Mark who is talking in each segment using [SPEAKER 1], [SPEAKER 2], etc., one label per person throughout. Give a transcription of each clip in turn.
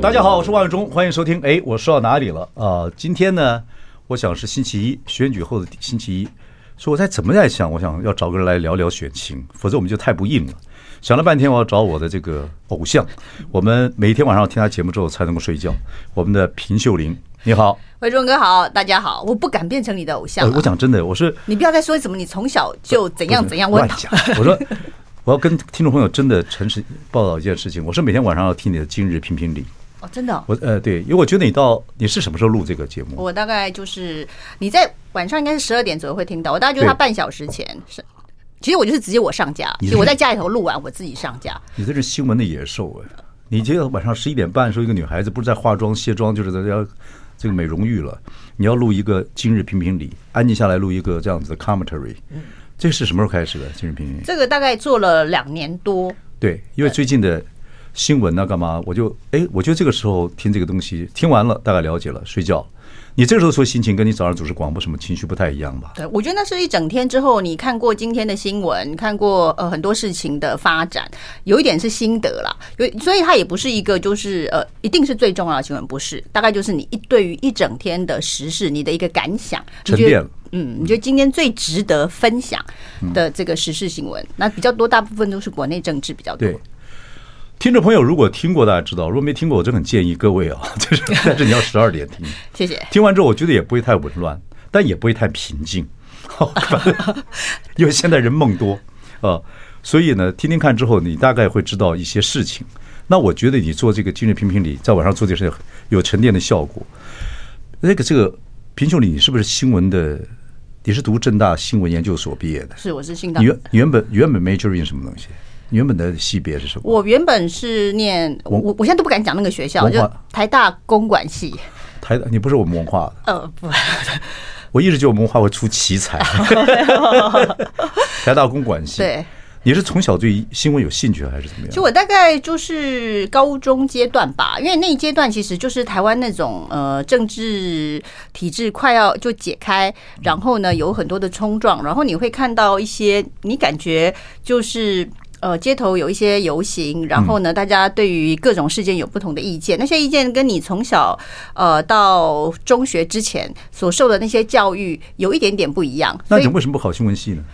[SPEAKER 1] 大家好，我是万永忠，欢迎收听。哎，我说到哪里了？啊、今天呢，我想是星期一选举后的星期一，所以我在怎么在想，我想要找个人来聊聊选情，否则我们就太不硬了。想了半天，我要找我的这个偶像，我们每天晚上听他节目之后才能够睡觉。我们的平秀玲，你好，
[SPEAKER 2] 伟忠哥好，大家好，我不敢变成你的偶像
[SPEAKER 1] 呃
[SPEAKER 2] 啊、
[SPEAKER 1] 我讲真的，我是
[SPEAKER 2] 你不要再说什么你从小就怎样怎样，
[SPEAKER 1] 不
[SPEAKER 2] 我
[SPEAKER 1] 是乱讲。我说， 我要跟听众朋友真的诚实报道一件事情，我是每天晚上要听你的今日评评理。
[SPEAKER 2] 哦，真的哦、
[SPEAKER 1] 我呃，对，因为我觉得你到你是什么时候录这个节目？
[SPEAKER 2] 我大概就是你在晚上应该是十二点左右会听到，我大概就是
[SPEAKER 1] 对
[SPEAKER 2] 他半小时前是。其实我就是直接我上架，
[SPEAKER 1] 你是
[SPEAKER 2] 其实我在家里头录完，我自己上架。
[SPEAKER 1] 你这是新闻的野兽哎！你这个晚上十一点半的时候，一个女孩子不是在化妆卸妆，就是在要这个美容浴了。你要录一个今日评评理，安静下来录一个这样子的 commentary。这是什么时候开始的？今日评评理？
[SPEAKER 2] 这个大概做了两年多，
[SPEAKER 1] 对，因为最近的新闻啊呢，干嘛？我就哎，我觉得这个时候听这个东西，听完了大概了解了，睡觉。你这个时候说心情，跟你早上主持广播什么情绪不太一样吧？
[SPEAKER 2] 对，我觉得那是一整天之后，你看过今天的新闻，你看过呃很多事情的发展，有一点是心得啦，有所以它也不是一个就是呃一定是最重要的新闻，不是，大概就是你一对于一整天的时事，你的一个感想，你
[SPEAKER 1] 沉
[SPEAKER 2] 觉
[SPEAKER 1] 淀
[SPEAKER 2] 得
[SPEAKER 1] 了
[SPEAKER 2] 嗯，你觉得今天最值得分享
[SPEAKER 1] 嗯
[SPEAKER 2] 的这个时事新闻，那比较多，大部分都是国内政治比较多。
[SPEAKER 1] 对。听众朋友，如果听过，大家知道；如果没听过，我真的很建议各位啊， 就是但是你要十二点听。
[SPEAKER 2] 谢谢。
[SPEAKER 1] 听完之后，我觉得也不会太紊乱，但也不会太平静，哦因为现在人梦多啊、呃所以呢，听听看之后，你大概会知道一些事情。那我觉得你做这个今日评评理，在晚上做这个事情有沉淀的效果。那个这个平秀理，你是不是新闻的？你是读正大新闻研究所毕业的？
[SPEAKER 2] 是，我是信
[SPEAKER 1] 你
[SPEAKER 2] 党。
[SPEAKER 1] 原你原本原本 major in 什么东西？你原本的系别是什么？
[SPEAKER 2] 我原本是念我我我现在都不敢讲那个学校，
[SPEAKER 1] 文化
[SPEAKER 2] 就台大公管系。
[SPEAKER 1] 台大，你不是我们文化的，
[SPEAKER 2] 呃， 不，
[SPEAKER 1] 我一直觉得我们文化会出奇才。 台大公管系，
[SPEAKER 2] 对，
[SPEAKER 1] 你是从小对新闻有兴趣还是怎么
[SPEAKER 2] 就
[SPEAKER 1] 样？
[SPEAKER 2] 我大概就是高中阶段吧，因为那一阶段其实就是台湾那种呃政治体制快要就解开，然后呢有很多的冲撞，然后你会看到一些你感觉就是。呃，街头有一些游行，然后呢，
[SPEAKER 1] 嗯
[SPEAKER 2] 大家对于各种事件有不同的意见，那些意见跟你从小呃到中学之前所受的那些教育有一点点不一样。
[SPEAKER 1] 那
[SPEAKER 2] 所以。
[SPEAKER 1] 你为什么不考新闻系呢？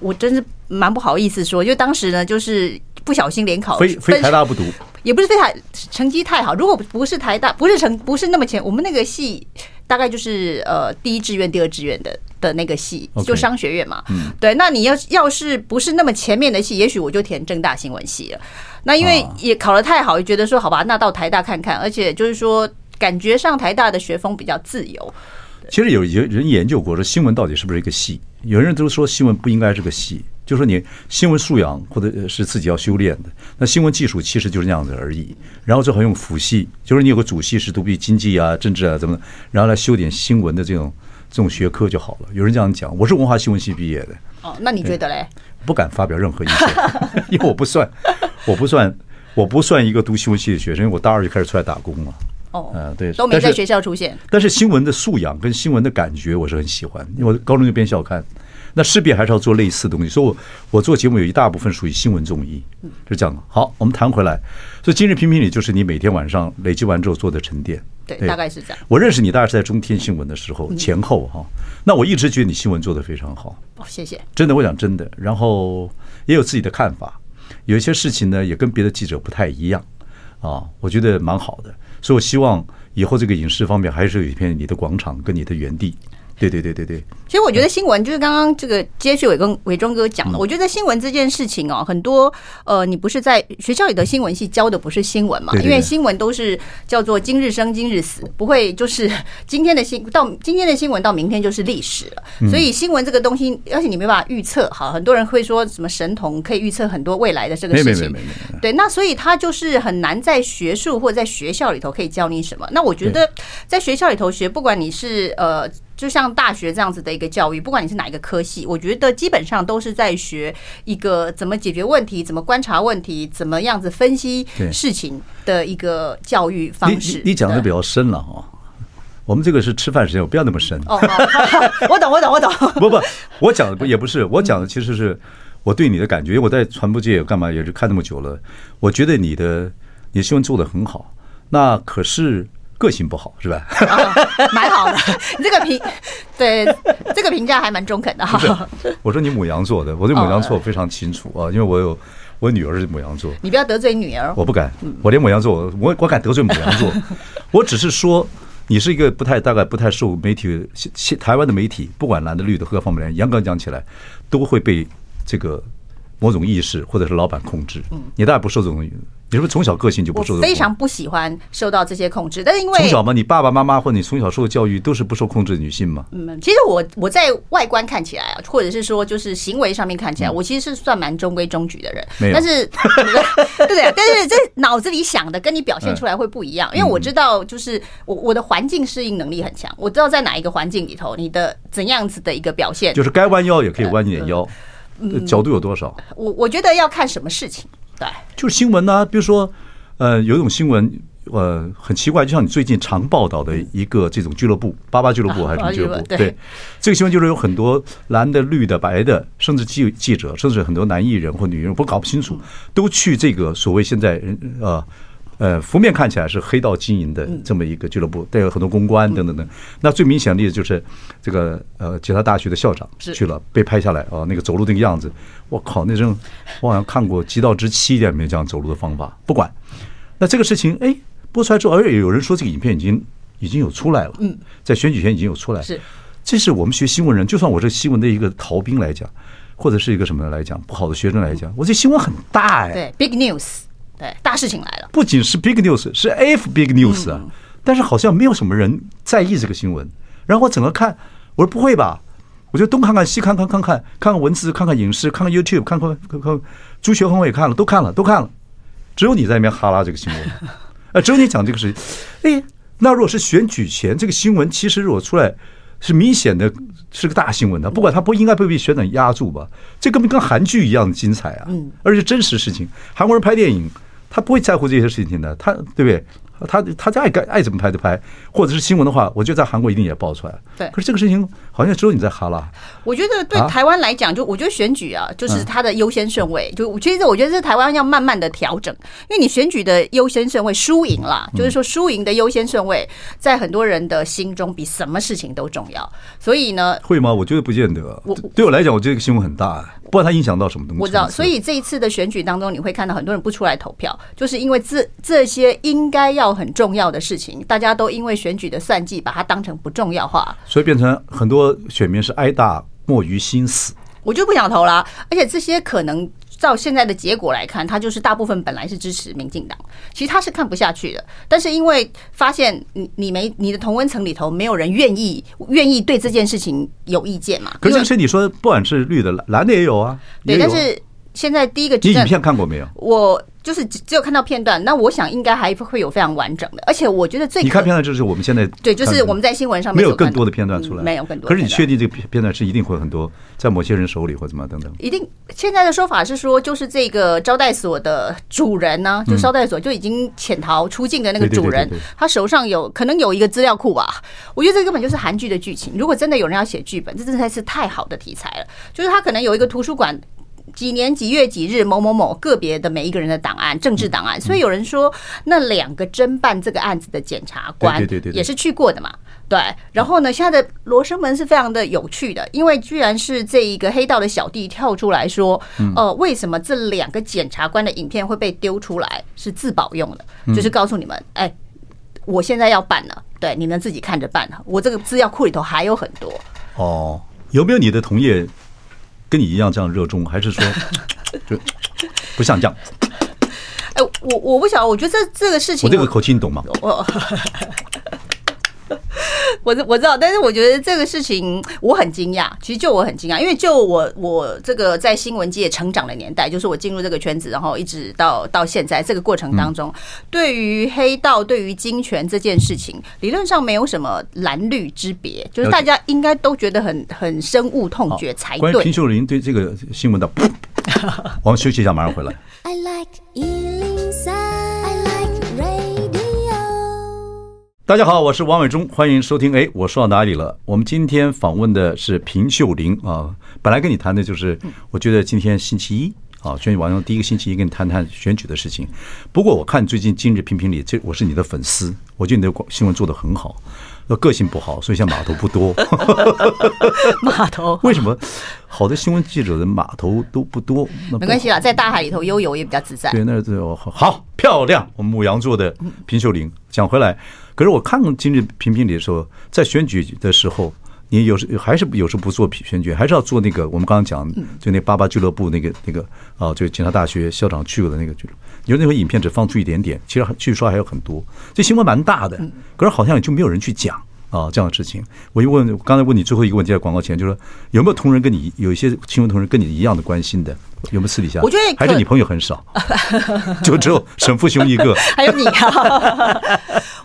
[SPEAKER 2] 我真是蛮不好意思说，因为当时呢，就是不小心联考，
[SPEAKER 1] 非非台大不读，
[SPEAKER 2] 也不是非台成绩太好。如果不是台大，不是成不是那么前，我们那个系大概就是呃第一志愿、第二志愿的的那个系
[SPEAKER 1] OK
[SPEAKER 2] 就商学院嘛。对，那你要要是不是那么前面的系，也许我就填正大新闻系了。那因为
[SPEAKER 1] 啊
[SPEAKER 2] 也考得太好，就觉得说好吧，那到台大看看，而且就是说。感觉上台大的学风比较自由，
[SPEAKER 1] 其实有有人研究过，说新闻到底是不是一个系？有人都说新闻不应该是个系，就说你新闻素养或者呃是自己要修炼的。那新闻技术其实就是那样子而已。然后最好用辅系，就是你有个主系是独立经济啊、政治啊怎么的，然后来修点新闻的这种这种学科就好了。有人这样讲，我是文化新闻系毕业的，
[SPEAKER 2] 哦，那你觉得嘞？
[SPEAKER 1] 不敢发表任何意见， 因为我不算，我不算，我不算一个读新闻系的学生，因为我大二就开始出来打工了。
[SPEAKER 2] 哦，
[SPEAKER 1] 呃对
[SPEAKER 2] 都没
[SPEAKER 1] 但是
[SPEAKER 2] 在学校出现。
[SPEAKER 1] 但是新闻的素养跟新闻的感觉，我是很喜欢，因为我高中就编校刊，那势必还是要做类似的东西。所以我，我做节目有一大部分属于新闻综艺，是这样的。好，我们谈回来，所以今日评评理就是你每天晚上累积完之后做的沉淀。
[SPEAKER 2] 对大概嗯是这样。
[SPEAKER 1] 我认识你大概是在中天新闻的时候前后哈、那我一直觉得你新闻做得非常好。
[SPEAKER 2] 哦，谢谢。
[SPEAKER 1] 真的，我讲真的。然后也有自己的看法，有一些事情呢也跟别的记者不太一样啊，我觉得蛮好的。所以我希望以后这个影视方面还是有一片你的广场跟你的园地。 对对对对对，
[SPEAKER 2] 其实我
[SPEAKER 1] 嗯
[SPEAKER 2] 觉得新闻就是刚刚这个接续伟跟伟忠哥讲的，我觉得新闻这件事情哦，很多呃，你不是在学校里的新闻系教的不是新闻嘛
[SPEAKER 1] 对？对
[SPEAKER 2] 因
[SPEAKER 1] 对
[SPEAKER 2] 为新闻都是叫做今日生今日死，不会就是今天的新到今天的新闻到明天就是历史
[SPEAKER 1] 嗯
[SPEAKER 2] 了。所以新闻这个东西，而且你没办法预测，好，很多人会说什么神童可以预测很多未来的这个
[SPEAKER 1] 没没
[SPEAKER 2] 事
[SPEAKER 1] 没
[SPEAKER 2] 情
[SPEAKER 1] 没，没，
[SPEAKER 2] 对，那所以他就是很难在学术或者在学校里头可以教你什么。那我觉得在学校里头学，不管你是呃，就像大学这样子的一个教育，不管你是哪一个科系，我觉得基本上都是在学一个怎么解决问题、怎么观察问题、怎么样子分析
[SPEAKER 1] 对
[SPEAKER 2] 事情的一个教育
[SPEAKER 1] 你
[SPEAKER 2] 方式
[SPEAKER 1] 你。你讲的
[SPEAKER 2] 对
[SPEAKER 1] 比较深了哈、我们这个是吃饭时间，我不要那么深。
[SPEAKER 2] 哦，好我懂，我懂，我懂。
[SPEAKER 1] 不不，我讲的不也不是，我讲的其实是我对你的感觉，因为我在传播界也干嘛也是看那么久了，我觉得你的你新闻做的很好，那可是个性不好是吧？
[SPEAKER 2] 蛮好的， 你这个评对这个评价还蛮中肯的哈。
[SPEAKER 1] 我说你母羊座的，我对
[SPEAKER 2] 哦
[SPEAKER 1] 母羊座
[SPEAKER 2] 哎
[SPEAKER 1] 我非常清楚啊，因为我有我女儿是母羊座，
[SPEAKER 2] 你不要得罪女儿，哦
[SPEAKER 1] 我不敢，我连母羊座我我我敢得罪母羊 座，我只是说你是一个不太大概不太受媒体西西台湾的媒体，不管蓝的绿的各方面的人，严格讲起来都会被这个某种意识或者是老板控制。你大概不受这种，你是不是从小个性就不
[SPEAKER 2] 嗯我
[SPEAKER 1] 受这种控制？
[SPEAKER 2] 非常不喜欢受到这些控制，但是因为
[SPEAKER 1] 从小嘛，你爸爸妈妈或者你从小受的教育都是不受控制的女性嘛？
[SPEAKER 2] 嗯，其实我我在外观看起来啊，或者是说就是行为上面看起来，我其实是算蛮中规中矩的人。
[SPEAKER 1] 嗯没有
[SPEAKER 2] 但是 对不对？但啊是这脑子里想的跟你表现出来会不一样，
[SPEAKER 1] 嗯
[SPEAKER 2] 因为我知道就是我我的环境适应能力很强，我知道在哪一个环境里头，你的怎样子的一个表现，
[SPEAKER 1] 就是该弯腰也可以弯
[SPEAKER 2] 呃
[SPEAKER 1] 一点腰，
[SPEAKER 2] 嗯
[SPEAKER 1] 呃角度有多少？
[SPEAKER 2] 我我觉得要看什么事情。对，
[SPEAKER 1] 就是新闻呐、比如说，呃，有一种新闻，呃，很奇怪，就像你最近常报道的一个这种俱乐部，八八俱乐部还是什么俱乐
[SPEAKER 2] 啊
[SPEAKER 1] 部？
[SPEAKER 2] 对
[SPEAKER 1] 对，这个新闻就是有很多蓝的、绿的、白的，甚至记记者，甚至很多男艺人或女人，我搞不清楚，
[SPEAKER 2] 嗯
[SPEAKER 1] 都去这个所谓现在人呃。呃，浮面看起来是黑道经营的
[SPEAKER 2] 嗯
[SPEAKER 1] 这么一个俱乐部，带有很多公关等等等。那最明显的例子就是这个呃，吉他大学的校长
[SPEAKER 2] 是
[SPEAKER 1] 去了，被拍下来啊，那个走路那个样子，我靠，那阵我好像看过《极道之妻》里面这样走路的方法。不管，那这个事情哎播出来之后，而且有人说这个影片已经已经有出来了，嗯，在选举前已经有出来，
[SPEAKER 2] 是，
[SPEAKER 1] 这是我们学新闻人，就算我是新闻的一个逃兵来讲，或者是一个什么来讲，不好的学生来讲，我这新闻很大哎，
[SPEAKER 2] 对，big news，对，大事情来了。
[SPEAKER 1] 不仅是 big news，是 F big news 啊，但是好像没有什么人在意这个新闻。然后我整个看，我说不会吧？我就东看看西看看看看看看文字，看看影视，看看 YouTube，看看看看朱学恒我也看了，都看了都看了，只有你在那边哈拉这个新闻，呃，只有你讲这个事情。哎，那如果是选举前这个新闻，其实如果出来是明显的是个大新闻的，不管它不应该不被选长压住吧？这根本跟韩剧一样的精彩啊！嗯，而且真实事情，韩国人拍电影他不会在乎这些事情的，他对不对？他他爱干爱怎么拍就拍，或者是新闻的话，我觉得在韩国一定也爆出来。
[SPEAKER 2] 对
[SPEAKER 1] 可是这个事情好像只有你在哈拉，
[SPEAKER 2] 我觉得对
[SPEAKER 1] 啊嗯
[SPEAKER 2] 台湾来讲，就我觉得选举啊，就是它的优先顺位，就我其实我觉得是台湾要慢慢的调整，因为你选举的优先顺位输赢啦，
[SPEAKER 1] 嗯
[SPEAKER 2] 就是说输赢的优先顺位，在很多人的心中比什么事情都重要。所以呢，
[SPEAKER 1] 会吗？我觉得不见得
[SPEAKER 2] 我。
[SPEAKER 1] 对我来讲，我觉得这个新闻很大，啊不管它影响到什么东西。
[SPEAKER 2] 我知道，所以这一次的选举当中，你会看到很多人不出来投票，就是因为这这些应该要很重要的事情，大家都因为选举的算计把它当成不重要化。
[SPEAKER 1] 所以变成很多选民是挨打莫于心死。
[SPEAKER 2] 我就不想投啦。而且这些可能照现在的结果来看，他就是大部分本来是支持民进党，其实他是看不下去的。但是因为发现你你没你的同温层里头没有人愿意愿意对这件事情有意见嘛，
[SPEAKER 1] 可是
[SPEAKER 2] 因
[SPEAKER 1] 这
[SPEAKER 2] 为
[SPEAKER 1] 个是你说，不管是绿的、蓝蓝的也有啊，也
[SPEAKER 2] 对，
[SPEAKER 1] 有啊
[SPEAKER 2] 但是现在第一个
[SPEAKER 1] 你
[SPEAKER 2] 执
[SPEAKER 1] 影
[SPEAKER 2] 政。
[SPEAKER 1] 片看过没有？
[SPEAKER 2] 我就是只只有看到片段，那我想应该还会有非常完整的，而且我觉得最
[SPEAKER 1] 你看
[SPEAKER 2] 可
[SPEAKER 1] 片段就是我们现在
[SPEAKER 2] 对，就是
[SPEAKER 1] 看
[SPEAKER 2] 我们在新闻上面
[SPEAKER 1] 没有
[SPEAKER 2] 所看
[SPEAKER 1] 更多的片段出来，
[SPEAKER 2] 嗯没有更多的
[SPEAKER 1] 可
[SPEAKER 2] 片段。
[SPEAKER 1] 是你确定这个片片段是一定会很多在某些人手里或怎么样等等？
[SPEAKER 2] 一定，现在的说法是说，就是这个招待所的主人呢、就招待所就已经潜逃出境的那
[SPEAKER 1] 嗯
[SPEAKER 2] 个
[SPEAKER 1] 对对对
[SPEAKER 2] 主人
[SPEAKER 1] 对对对，
[SPEAKER 2] 他手上有可能有一个资料库吧。我觉得这根本就是韩剧的剧情。如果真的有人要写剧本，这真的是太好的题材了。就是他可能有一个图书馆。几年几月几日某某某个别的每一个人的档案，政治档
[SPEAKER 1] 嗯
[SPEAKER 2] 案，所以有人说那两个侦办这个案子的检察官
[SPEAKER 1] 对对对对对
[SPEAKER 2] 也是去过的嘛，对。然后呢，现在的罗生门是非常的有趣的，因为居然是这一个黑道的小弟跳出来说，
[SPEAKER 1] 嗯
[SPEAKER 2] 呃，为什么这两个检察官的影片会被丢出来？是自保用的，
[SPEAKER 1] 嗯
[SPEAKER 2] 就是告诉你们，哎，我现在要办了，对，你们自己看着办了。我这个资料库里头还有很多，
[SPEAKER 1] 哦，有没有你的同业跟你一样这样热衷，还是说就不像这样？
[SPEAKER 2] 哎，我我不晓得，我觉得这这个事情
[SPEAKER 1] 我这个口气你懂吗？
[SPEAKER 2] 我 我知我知道，但是我觉得这个事情我很惊讶，其实就我很惊讶，因为就我我这个在新闻界成长的年代，就是我进入这个圈子，然后一直到到现在这个过程当
[SPEAKER 1] 嗯
[SPEAKER 2] 中，对于黑道、对于金权这件事情，理论上没有什么蓝绿之别，就是大家应该都觉得很很深恶痛绝才
[SPEAKER 1] 关于
[SPEAKER 2] 对
[SPEAKER 1] 平。秀玲对这个新闻的， 我们休息一下，马上回来。
[SPEAKER 3] I like Ealing Sound. I like radio.
[SPEAKER 1] 大家好，我是王伟忠，欢迎收听。哎，我说到哪里了？我们今天访问的是平秀玲啊。本来跟你谈的就是，我觉得今天星期一啊，选举完了第一个星期一跟你谈谈选举的事情。不过我看最近今日评评理，这我是你的粉丝，我觉得你的新闻做得很好。那个性不好，所以现在码头不多。
[SPEAKER 2] 码头
[SPEAKER 1] 为什么好的新闻记者的码头都不多？那 不
[SPEAKER 2] 没关系啦，在大海里头悠游也比较自在。
[SPEAKER 1] 对，那这好漂亮，我们母羊座的平秀玲讲回来，可是我看今日评评理的时候，在选举的时候，你有时还是有时不做选举，还是要做那个我们刚刚讲就那八八俱乐部那个那个啊，就警察大学校长去过的那个俱乐部。你说那回影片只放出一点点，其实还据说还有很多，这新闻蛮大的，可是好像也就没有人去讲。啊，这样的事情，我就问，我刚才问你最后一个问题，在广告前，就是说有没有同仁跟你有一些新闻同仁跟你一样的关心的，有没有私底下？
[SPEAKER 2] 我觉得可
[SPEAKER 1] 还是你朋友很 少。就只有沈父雄一个。
[SPEAKER 2] 还有你啊！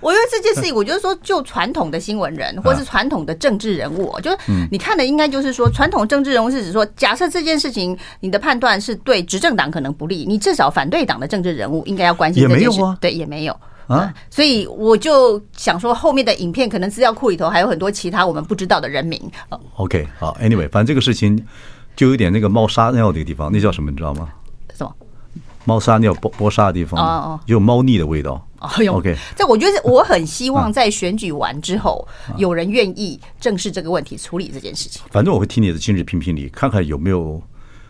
[SPEAKER 2] 我觉得这件事情，我就是说，就传统的新闻人或是传统的政治人物哦，就是
[SPEAKER 1] 嗯
[SPEAKER 2] 你看的应该就是说，传统政治人物是指说，假设这件事情你的判断是对执政党可能不利，你至少反对党的政治人物应该要关心
[SPEAKER 1] 也
[SPEAKER 2] 这
[SPEAKER 1] 没
[SPEAKER 2] 件
[SPEAKER 1] 有
[SPEAKER 2] 事
[SPEAKER 1] 啊，
[SPEAKER 2] 对，也没有。
[SPEAKER 1] 啊，
[SPEAKER 2] 所以我就想说，后面的影片可能资料库里头还有很多其他我们不知道的人名。呃
[SPEAKER 1] OK，好，Anyway，反正这个事情就有点那个猫砂尿那个地方，那叫什么你知道吗？
[SPEAKER 2] 什么？
[SPEAKER 1] 猫砂尿波波沙的地方，
[SPEAKER 2] 哦哦
[SPEAKER 1] 有猫腻的味道。
[SPEAKER 2] 哦哟
[SPEAKER 1] OK 嗯
[SPEAKER 2] 这我觉得我很希望在选举完之后，有人愿意正视这个问题，处理这件事情。
[SPEAKER 1] 反正我会听你的今日评评理，看看有没有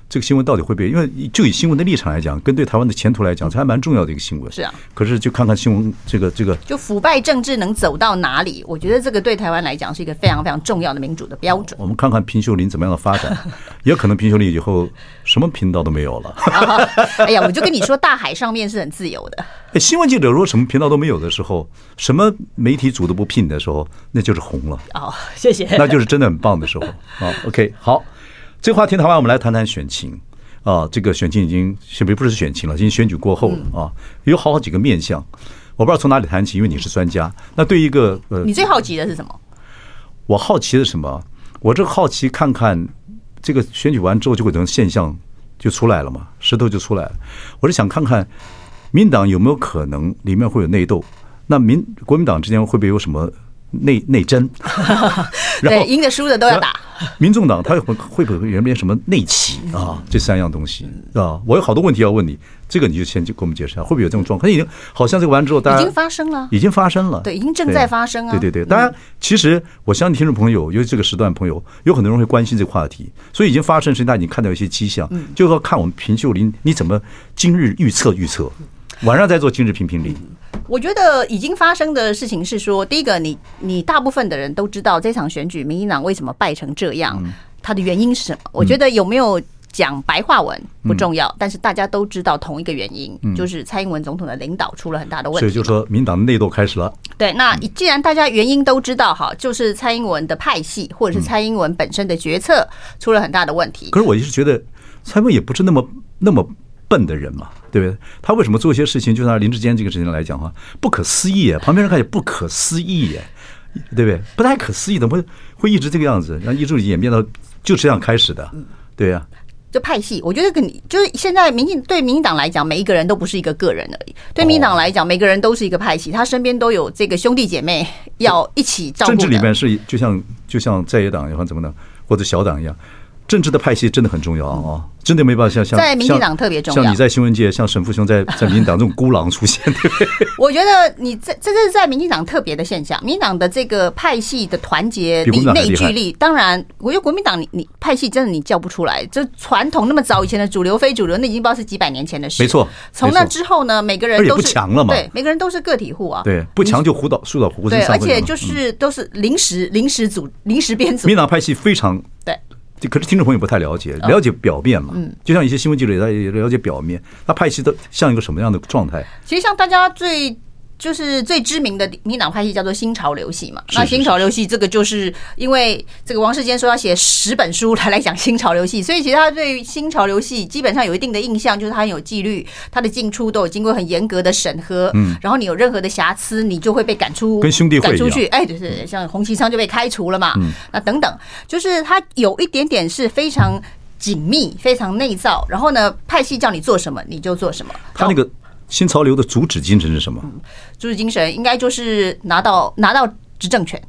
[SPEAKER 1] 这个新闻到底会被，因为就以新闻的立场来讲，跟对台湾的前途来讲，这还蛮重要的一个新闻。
[SPEAKER 2] 是啊，
[SPEAKER 1] 可是就看看新闻这个这个
[SPEAKER 2] 就腐败政治能走到哪里？我觉得这个对台湾来讲是一个非常非常重要的民主的标准。
[SPEAKER 1] 我们看看平秀林怎么样的发 展，也有可能平秀林以后什么频道都没有了。
[SPEAKER 2] 哎呀，我就跟你说，大海上面是很自由 的。
[SPEAKER 1] 哎新闻记者如果什么频道都没有的时候，什么媒体组都不聘的时候，那就是红了。
[SPEAKER 2] 哦， 谢谢。
[SPEAKER 1] 那就是真的很棒的时候 啊。OK，好，这个话题谈完，我们来谈谈选情啊。这个选情已经选不不是选情了，已经选举过后了啊，有好好几个面向。我不知道从哪里谈起，因为你是专家。那对于一个呃，
[SPEAKER 2] 你最好奇的是什么？
[SPEAKER 1] 我好奇的是什么？我这个好奇看看这个选举完之后就会有种现象就出来了嘛，石头就出来了。我是想看看民党有没有可能里面会有内斗，那民国民党之间会不会有什么内内 争？然
[SPEAKER 2] 对，
[SPEAKER 1] 后
[SPEAKER 2] 赢的输的都要打。
[SPEAKER 1] 民众党他会会不会有点什么内旗啊？这三样东西啊，我有好多问题要问你，这个你就先就给我们解释一下，会不会有这种状况？已经好像这个完之后，大家
[SPEAKER 2] 已经发生了
[SPEAKER 1] 已经发生了，
[SPEAKER 2] 对已经正在发生啊
[SPEAKER 1] 对对对，当然，其实我相信听众朋友，尤其这个时段朋友，有很多人会关心这个话题，所以已经发生的事情，大家已经看到一些迹象，
[SPEAKER 2] 嗯
[SPEAKER 1] 就要看我们平秀林你怎么今日预测预测，晚上再做今日评评理。
[SPEAKER 2] 我觉得已经发生的事情是说，第一个，你你大部分的人都知道这场选举民进党为什么败成这样，它的原因是什么？
[SPEAKER 1] 嗯
[SPEAKER 2] 我觉得有没有讲白话文不重要，但是大家都知道同一个原因，就是蔡英文总统的领导出了很大的问
[SPEAKER 1] 嗯所
[SPEAKER 2] 题。
[SPEAKER 1] 以就说民党内斗开始了，
[SPEAKER 2] 对，那
[SPEAKER 1] 嗯
[SPEAKER 2] 既然大家原因都知道，哈，就是蔡英文的派系或者是蔡英文本身的决策出了很大的问题。
[SPEAKER 1] 嗯可是我一直觉得蔡英文也不是那么那么笨的人嘛，对不对？他为什么做一些事情，就拿林志坚这个事情来讲哈，不可思议耶！旁边人看也不可思议耶，对不对？不太可思议，怎么会会一直这个样子？然后一直演变到就这样开始的，对呀、
[SPEAKER 2] 就派系，我觉得跟你就是现在民进对民进党来讲，每一个人都不是一个个人而已。
[SPEAKER 1] 哦
[SPEAKER 2] 对民进党来讲，每个人都是一个派系，他身边都有这个兄弟姐妹要一起照顾
[SPEAKER 1] 政
[SPEAKER 2] 的。
[SPEAKER 1] 治里面是就像就像在野党也好怎么呢，或者小党一样。政治的派系真的很重要啊，真的没办法像像
[SPEAKER 2] 在民进党
[SPEAKER 1] 像
[SPEAKER 2] 特别重要
[SPEAKER 1] 像你在新闻界，像沈富雄在在民进党这种孤狼出现，对不对？
[SPEAKER 2] 我觉得你这这是在民进党特别的现象，民进党的这个派系的团结
[SPEAKER 1] 比国
[SPEAKER 2] 力、
[SPEAKER 1] 民党还
[SPEAKER 2] 内
[SPEAKER 1] 厉害
[SPEAKER 2] 聚力，当然，我觉得国民党你你派系真的你叫不出来，就传统那么早以前的主流非主流，那已经不知道是几百年前的事。
[SPEAKER 1] 没错
[SPEAKER 2] 从那
[SPEAKER 1] 没错
[SPEAKER 2] 之后呢，每个
[SPEAKER 1] 而
[SPEAKER 2] 人
[SPEAKER 1] 且
[SPEAKER 2] 都
[SPEAKER 1] 不
[SPEAKER 2] 是
[SPEAKER 1] 强了嘛
[SPEAKER 2] 对，每个人都是个体户啊，
[SPEAKER 1] 对，不强就胡倒树倒猢狲
[SPEAKER 2] 对，
[SPEAKER 1] 散灰
[SPEAKER 2] 而
[SPEAKER 1] 了
[SPEAKER 2] 且
[SPEAKER 1] 嘛
[SPEAKER 2] 就是都是临时临时组临时编组
[SPEAKER 1] 民，进党派系非常
[SPEAKER 2] 对。哦嗯
[SPEAKER 1] 这可是听众朋友不太了解，了解表面嘛，就像一些新闻记者也在了解表面，他派系的像一个什么样的状态？
[SPEAKER 2] 其实像大家最就是最知名的民党派系叫做新潮流系嘛，
[SPEAKER 1] 是
[SPEAKER 2] 那
[SPEAKER 1] 是
[SPEAKER 2] 新潮流系这个就是因为这个王世坚说要写十本书来来讲新潮流系，所以其实他对于新潮流系基本上有一定的印象，就是他很有纪律，他的进出都有经过很严格的审核，嗯，然后你有任何的瑕疵，你就会被赶出，
[SPEAKER 1] 跟兄弟会
[SPEAKER 2] 赶出
[SPEAKER 1] 一样
[SPEAKER 2] 去，哎，对对对，像洪其昌就被开除了嘛，
[SPEAKER 1] 嗯
[SPEAKER 2] 那等等，就是他有一点点是非常。紧密，非常内造，然后呢，派系叫你做什么你就做什么。
[SPEAKER 1] 他那个新潮流的主旨精神是什么？
[SPEAKER 2] 嗯主旨精神应该就是拿到拿到执政权，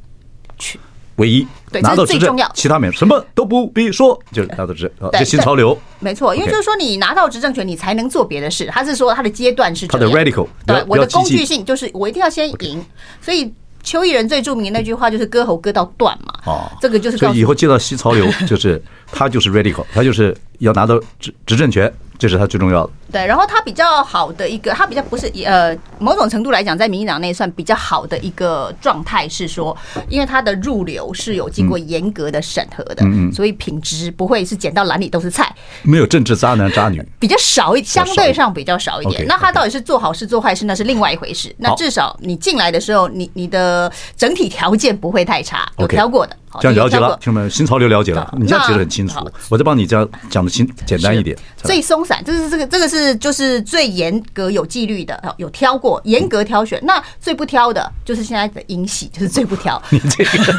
[SPEAKER 1] 唯一
[SPEAKER 2] 对
[SPEAKER 1] 拿到执
[SPEAKER 2] 这是最
[SPEAKER 1] 政
[SPEAKER 2] 重要，
[SPEAKER 1] 其他没有什么都不必说，就是拿到执政，啊
[SPEAKER 2] 对
[SPEAKER 1] 这新潮流。
[SPEAKER 2] 没错，因为
[SPEAKER 1] OK
[SPEAKER 2] 就是说你拿到执政权，你才能做别的事。他是说他的阶段是这
[SPEAKER 1] 他的
[SPEAKER 2] 样
[SPEAKER 1] radical，不要
[SPEAKER 2] 对我的
[SPEAKER 1] 不要
[SPEAKER 2] 工
[SPEAKER 1] 激进
[SPEAKER 2] 具性就是我一定要先赢，所以。邱毅人最著名的那句话就是“割喉割到断”嘛，
[SPEAKER 1] 哦
[SPEAKER 2] 这个 就是
[SPEAKER 1] 所
[SPEAKER 2] 告诉
[SPEAKER 1] 以以后见到新潮流， 就是他就是 radical，他就是要拿到执执政权，这是他最重要的。
[SPEAKER 2] 对，然后他比较好的一个，他比较不是呃，某种程度来讲，在民进党内算比较好的一个状态是说，因为他的入流是有经过严格的审核的，
[SPEAKER 1] 嗯
[SPEAKER 2] 所以品质不会是捡到篮里都是菜，
[SPEAKER 1] 没有政治渣男渣女，
[SPEAKER 2] 比较少一，相对上比较少一点
[SPEAKER 1] OK，。
[SPEAKER 2] 那他
[SPEAKER 1] OK
[SPEAKER 2] 到底是做好事做坏事，那是另外一回事。那至少你进来的时候，你你的整体条件不会太差，有
[SPEAKER 1] OK
[SPEAKER 2] 挑过的，好
[SPEAKER 1] 这样了解
[SPEAKER 2] 有挑
[SPEAKER 1] 了
[SPEAKER 2] 过，
[SPEAKER 1] 听众们，新潮流了解了
[SPEAKER 2] 好，
[SPEAKER 1] 你这样
[SPEAKER 2] 那
[SPEAKER 1] 解得很清楚
[SPEAKER 2] 好。
[SPEAKER 1] 我再帮你这样讲的清简单一点。
[SPEAKER 2] 是最松散，这是这个这个是就是最严格有纪律的，好有挑过，严格挑选。那最不挑的就是现在的英系，就是最不挑。
[SPEAKER 1] 你这个，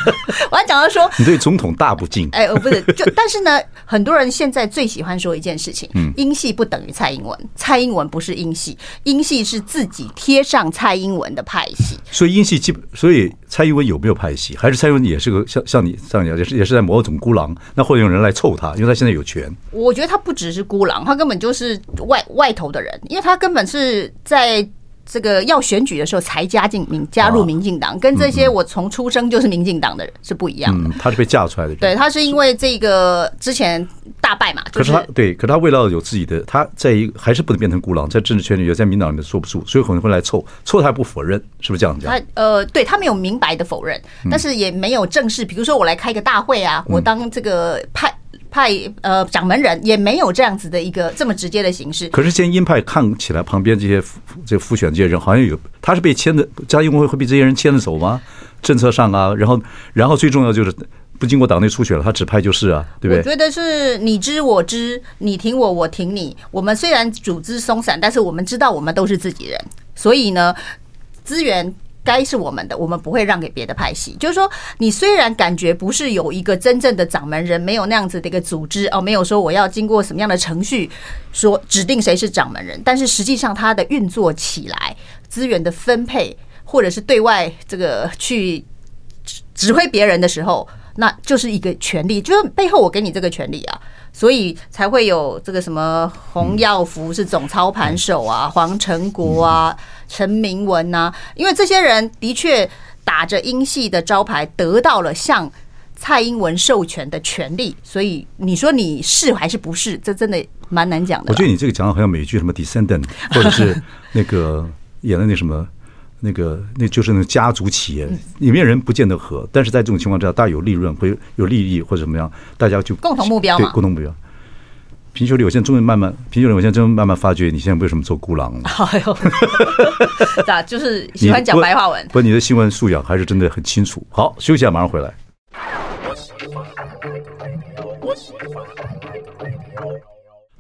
[SPEAKER 2] 我要讲到说，
[SPEAKER 1] 你对总统大不敬。
[SPEAKER 2] 哎，我不是就，但是呢，很多人现在最喜欢说一件事情：，
[SPEAKER 1] 嗯
[SPEAKER 2] 英系不等于蔡英文，蔡英文不是英系，英系是自己贴上蔡英文的派系。
[SPEAKER 1] 所以英系基本，所以蔡英文有没有派系？还是蔡英文也是个像像你像你也是也是在某种孤狼？那会有人来凑他，因为他现在有权。
[SPEAKER 2] 我觉得他不只是孤狼，他根本就是外外头的人，因为他根本是在。这个要选举的时候才加进民加入民进党，跟这些我从出生就是民进党的人是不一样的。
[SPEAKER 1] 嗯，他是被架出来的人。
[SPEAKER 2] 对，他是因为这个之前大败嘛，
[SPEAKER 1] 可
[SPEAKER 2] 就是
[SPEAKER 1] 是他对，可是他为了有自己的，他在一个还是不能变成孤狼，在政治圈里也在民党里面坐不住，所以可能会来凑，凑他还不否认，是不是这样讲？嗯
[SPEAKER 2] 他呃，对他没有明白的否认，但是也没有正式，比如说我来开个大会啊，我当这个派派呃掌门人，也没有这样子的一个这么直接的形式。
[SPEAKER 1] 可是现在鹰派看起来旁边这些复这复选这些人好像有，他是被牵着，嘉义工会会被这些人牵着走吗？政策上啊，然后然后最重要就是不经过党内初选了，他指派就是啊，对
[SPEAKER 2] 我
[SPEAKER 1] 不对？
[SPEAKER 2] 觉得是你知我知，你挺我，我挺你。我们虽然组织松散，但是我们知道我们都是自己人，所以呢，资源该是我们的，我们不会让给别的派系。就是说，你虽然感觉不是有一个真正的掌门人，没有那样子的一个组织哦，没有说我要经过什么样的程序说指定谁是掌门人，但是实际上它的运作起来，资源的分配，或者是对外这个去指挥别人的时候，那就是一个权利，就是背后我给你这个权利啊，所以才会有这个什么洪耀福是总操盘手啊，黄成国啊，陈明文呐、因为这些人的确打着英系的招牌，得到了向蔡英文授权的权利，所以你说你是还是不是？这真的蛮难讲的
[SPEAKER 1] 我
[SPEAKER 2] 啦。
[SPEAKER 1] 觉得你这个讲的好像美剧什么《Descendant》，或 者是那个演的那什么。那个，那就是那个家族企
[SPEAKER 2] 嗯
[SPEAKER 1] 业，里面人不见得和，但是在这种情况之下，大家有利润，会有利益或者怎么样，大家就
[SPEAKER 2] 共同目标
[SPEAKER 1] 对
[SPEAKER 2] 嘛
[SPEAKER 1] 共同目标。平修理，我现在终于慢慢，平修理，我现在终于慢慢发觉，你现在为什么做孤狼了？
[SPEAKER 2] 哎呦， 咋就是喜欢讲白话文
[SPEAKER 1] 不？不，你的新闻素养还是真的很清楚。好，休息一下，马上回来。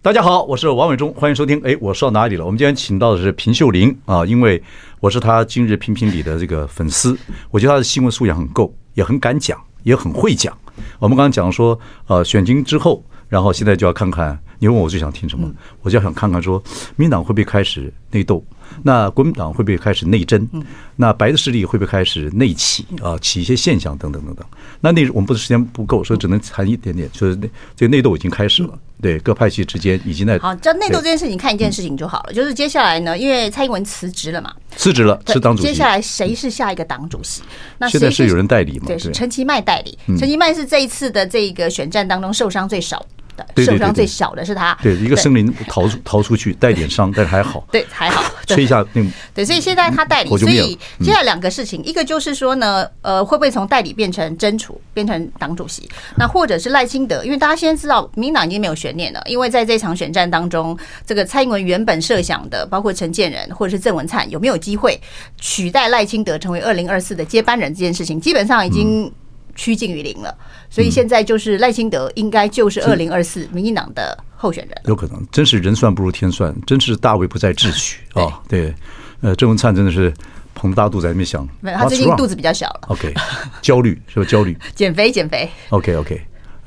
[SPEAKER 1] 大家好，我是王伟忠，欢迎收听。哎，我说到哪里了？我们今天请到的是平秀玲啊，因为我是她今日评评理的这个粉丝，我觉得她的新闻素养很够，也很敢讲，也很会讲。我们刚刚讲说，呃，选经之后，然后现在就要看看，因你问我最想听什么，
[SPEAKER 2] 嗯
[SPEAKER 1] 我就想看看说，民进党会不会开始内斗，那国民党会不会开始内争，
[SPEAKER 2] 嗯
[SPEAKER 1] 那白的势力会不会开始内起啊，起一些现象等等等等。那那我们不是时间不够，所以只能谈一点点，就是那这个内斗已经开始了，对各派系之间已经在
[SPEAKER 2] 嗯好，这内斗
[SPEAKER 1] 对
[SPEAKER 2] 这
[SPEAKER 1] 嗯
[SPEAKER 2] 件事情，看一件事情就好了，就是接下来呢，因为蔡英文辞职了嘛，
[SPEAKER 1] 辞职了，是党主
[SPEAKER 2] 接
[SPEAKER 1] 席
[SPEAKER 2] 下，来谁是下一个党主席？那
[SPEAKER 1] 现在
[SPEAKER 2] 谁
[SPEAKER 1] 是有人代理嘛？嗯
[SPEAKER 2] 对，是陈其迈代理。陈其迈是这一次的这个选战当中受伤最少的，
[SPEAKER 1] 对对对
[SPEAKER 2] 受伤
[SPEAKER 1] 对
[SPEAKER 2] 最少的是他。
[SPEAKER 1] 对，一个生灵逃出逃出去，带点伤，但是还好，
[SPEAKER 2] 对，还好。
[SPEAKER 1] 吹一下那个
[SPEAKER 2] 对，所以现在他代理，
[SPEAKER 1] 火就
[SPEAKER 2] 所
[SPEAKER 1] 灭了
[SPEAKER 2] 以现在两个事情，一个就是说呢，呃，会不会从代理变成真处，变成党主席？那或者是赖清德，因为大家现在知道，民进党已经没有悬念了，因为在这场选战当中，这个蔡英文原本设想的，包括陈建仁或者是郑文灿有没有机会取代赖清德成为二零二四的接班人这件事情，基本上已经。趋近于零了，所以现在就是赖清德应该就是二零二四民进党的候选人了。
[SPEAKER 1] 有可能，真是人算不如天算，真是大为不在智取啊！对，呃，郑文灿真的是捧大肚子在那边想，
[SPEAKER 2] 没有，他最近肚子比较小了，
[SPEAKER 1] OK，焦虑是吧？焦虑
[SPEAKER 2] 减肥减肥。
[SPEAKER 1] OK OK，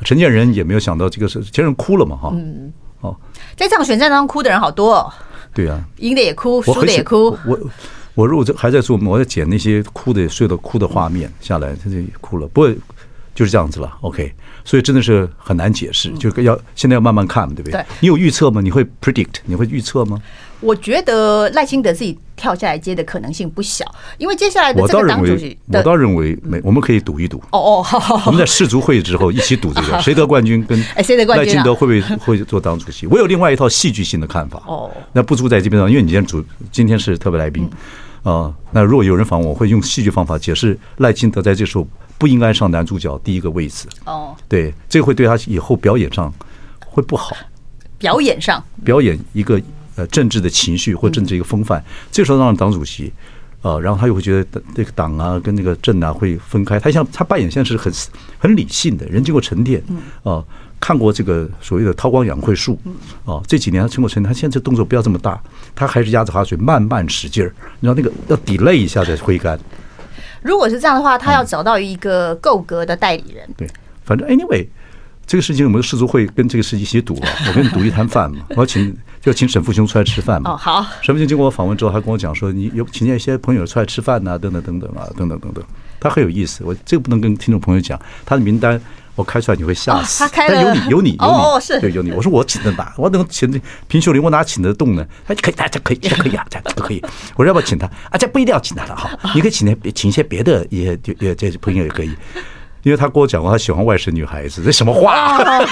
[SPEAKER 1] 陈建仁也没有想到这个事，陈建仁哭了嘛哈？嗯，哦，
[SPEAKER 2] 在这场选战当中哭的人好多、哦，
[SPEAKER 1] 对啊，
[SPEAKER 2] 赢的也哭，
[SPEAKER 1] 我
[SPEAKER 2] 输
[SPEAKER 1] 很
[SPEAKER 2] 的也
[SPEAKER 1] 喜
[SPEAKER 2] 哭
[SPEAKER 1] 我。我我如果这还在做梦，我在剪那些哭的、睡的、哭的画面下来，他就哭了。不过就是这样子了，OK。所以真的是很难解释，就要现在要慢慢看，对不对？
[SPEAKER 2] 嗯对
[SPEAKER 1] 你有预测吗？你会 predict？你会预测吗？
[SPEAKER 2] 我觉得赖清德自己跳下来接的可能性不小，因为接下来的
[SPEAKER 1] 我
[SPEAKER 2] 这
[SPEAKER 1] 倒
[SPEAKER 2] 个
[SPEAKER 1] 认
[SPEAKER 2] 党主席
[SPEAKER 1] 为，
[SPEAKER 2] 的
[SPEAKER 1] 我倒认为没，我们可以赌一赌。
[SPEAKER 2] 哦哦， 好好
[SPEAKER 1] 我
[SPEAKER 2] 好
[SPEAKER 1] 们在世足会之后一起赌这 个，谁得冠军跟
[SPEAKER 2] 哎谁得冠军啊
[SPEAKER 1] 赖清德会不会会做党主席？我有另外一套戏剧性的看法。
[SPEAKER 2] 哦
[SPEAKER 1] 那不住在这边上，因为你今天主今天是特别来宾，
[SPEAKER 2] 嗯
[SPEAKER 1] 啊，那如果有人访问，我会用戏剧方法解释赖清德在这时候不应该上男主角第一个位置。
[SPEAKER 2] 哦，
[SPEAKER 1] 对，这会对他以后表演上会不好。
[SPEAKER 2] 表演上
[SPEAKER 1] 表演一个呃政治的情绪或政治一个风范，这时候让党主席。呃，然后他又会觉得这个党啊跟那个政啊会分开。他像他扮演现在是很很理性的人，经过沉淀，啊、看过这个所谓的韬光养晦术，啊、这几年他经过沉淀，他现在这动作不要这么大，他还是压着哈水慢慢使劲儿，然后那个要 delay 一下再挥杆。
[SPEAKER 2] 如果是这样的话，他要找到一个够格的代理人。
[SPEAKER 1] 对，反正 anyway，这个事情我们世足会跟这个事情一起赌 了，我跟你赌一摊饭嘛，我要请就要请沈富雄出来吃饭嘛。
[SPEAKER 2] 哦好
[SPEAKER 1] 沈富雄经过我访问之后，他跟我讲说，你有请一些朋友出来吃饭呐、等等等等啊，等等等等，他很有意思。我这个不能跟听众朋友讲，他的名单。我开出来你会吓死，
[SPEAKER 2] 哦他开
[SPEAKER 1] 但有
[SPEAKER 2] 了
[SPEAKER 1] 你有你有你
[SPEAKER 2] 哦哦是
[SPEAKER 1] 对有你。我说我请得哪？我能请得平秀玲，我哪请得动呢？他可以，大家可以，这可以啊，这都可以。我说要不要请他？啊，这不一定要请他了哈，
[SPEAKER 2] 啊
[SPEAKER 1] 你可以请些别请一些别的也也也这些朋友也可以。因为他跟我讲过，他喜欢外省女孩子，这什么话？啊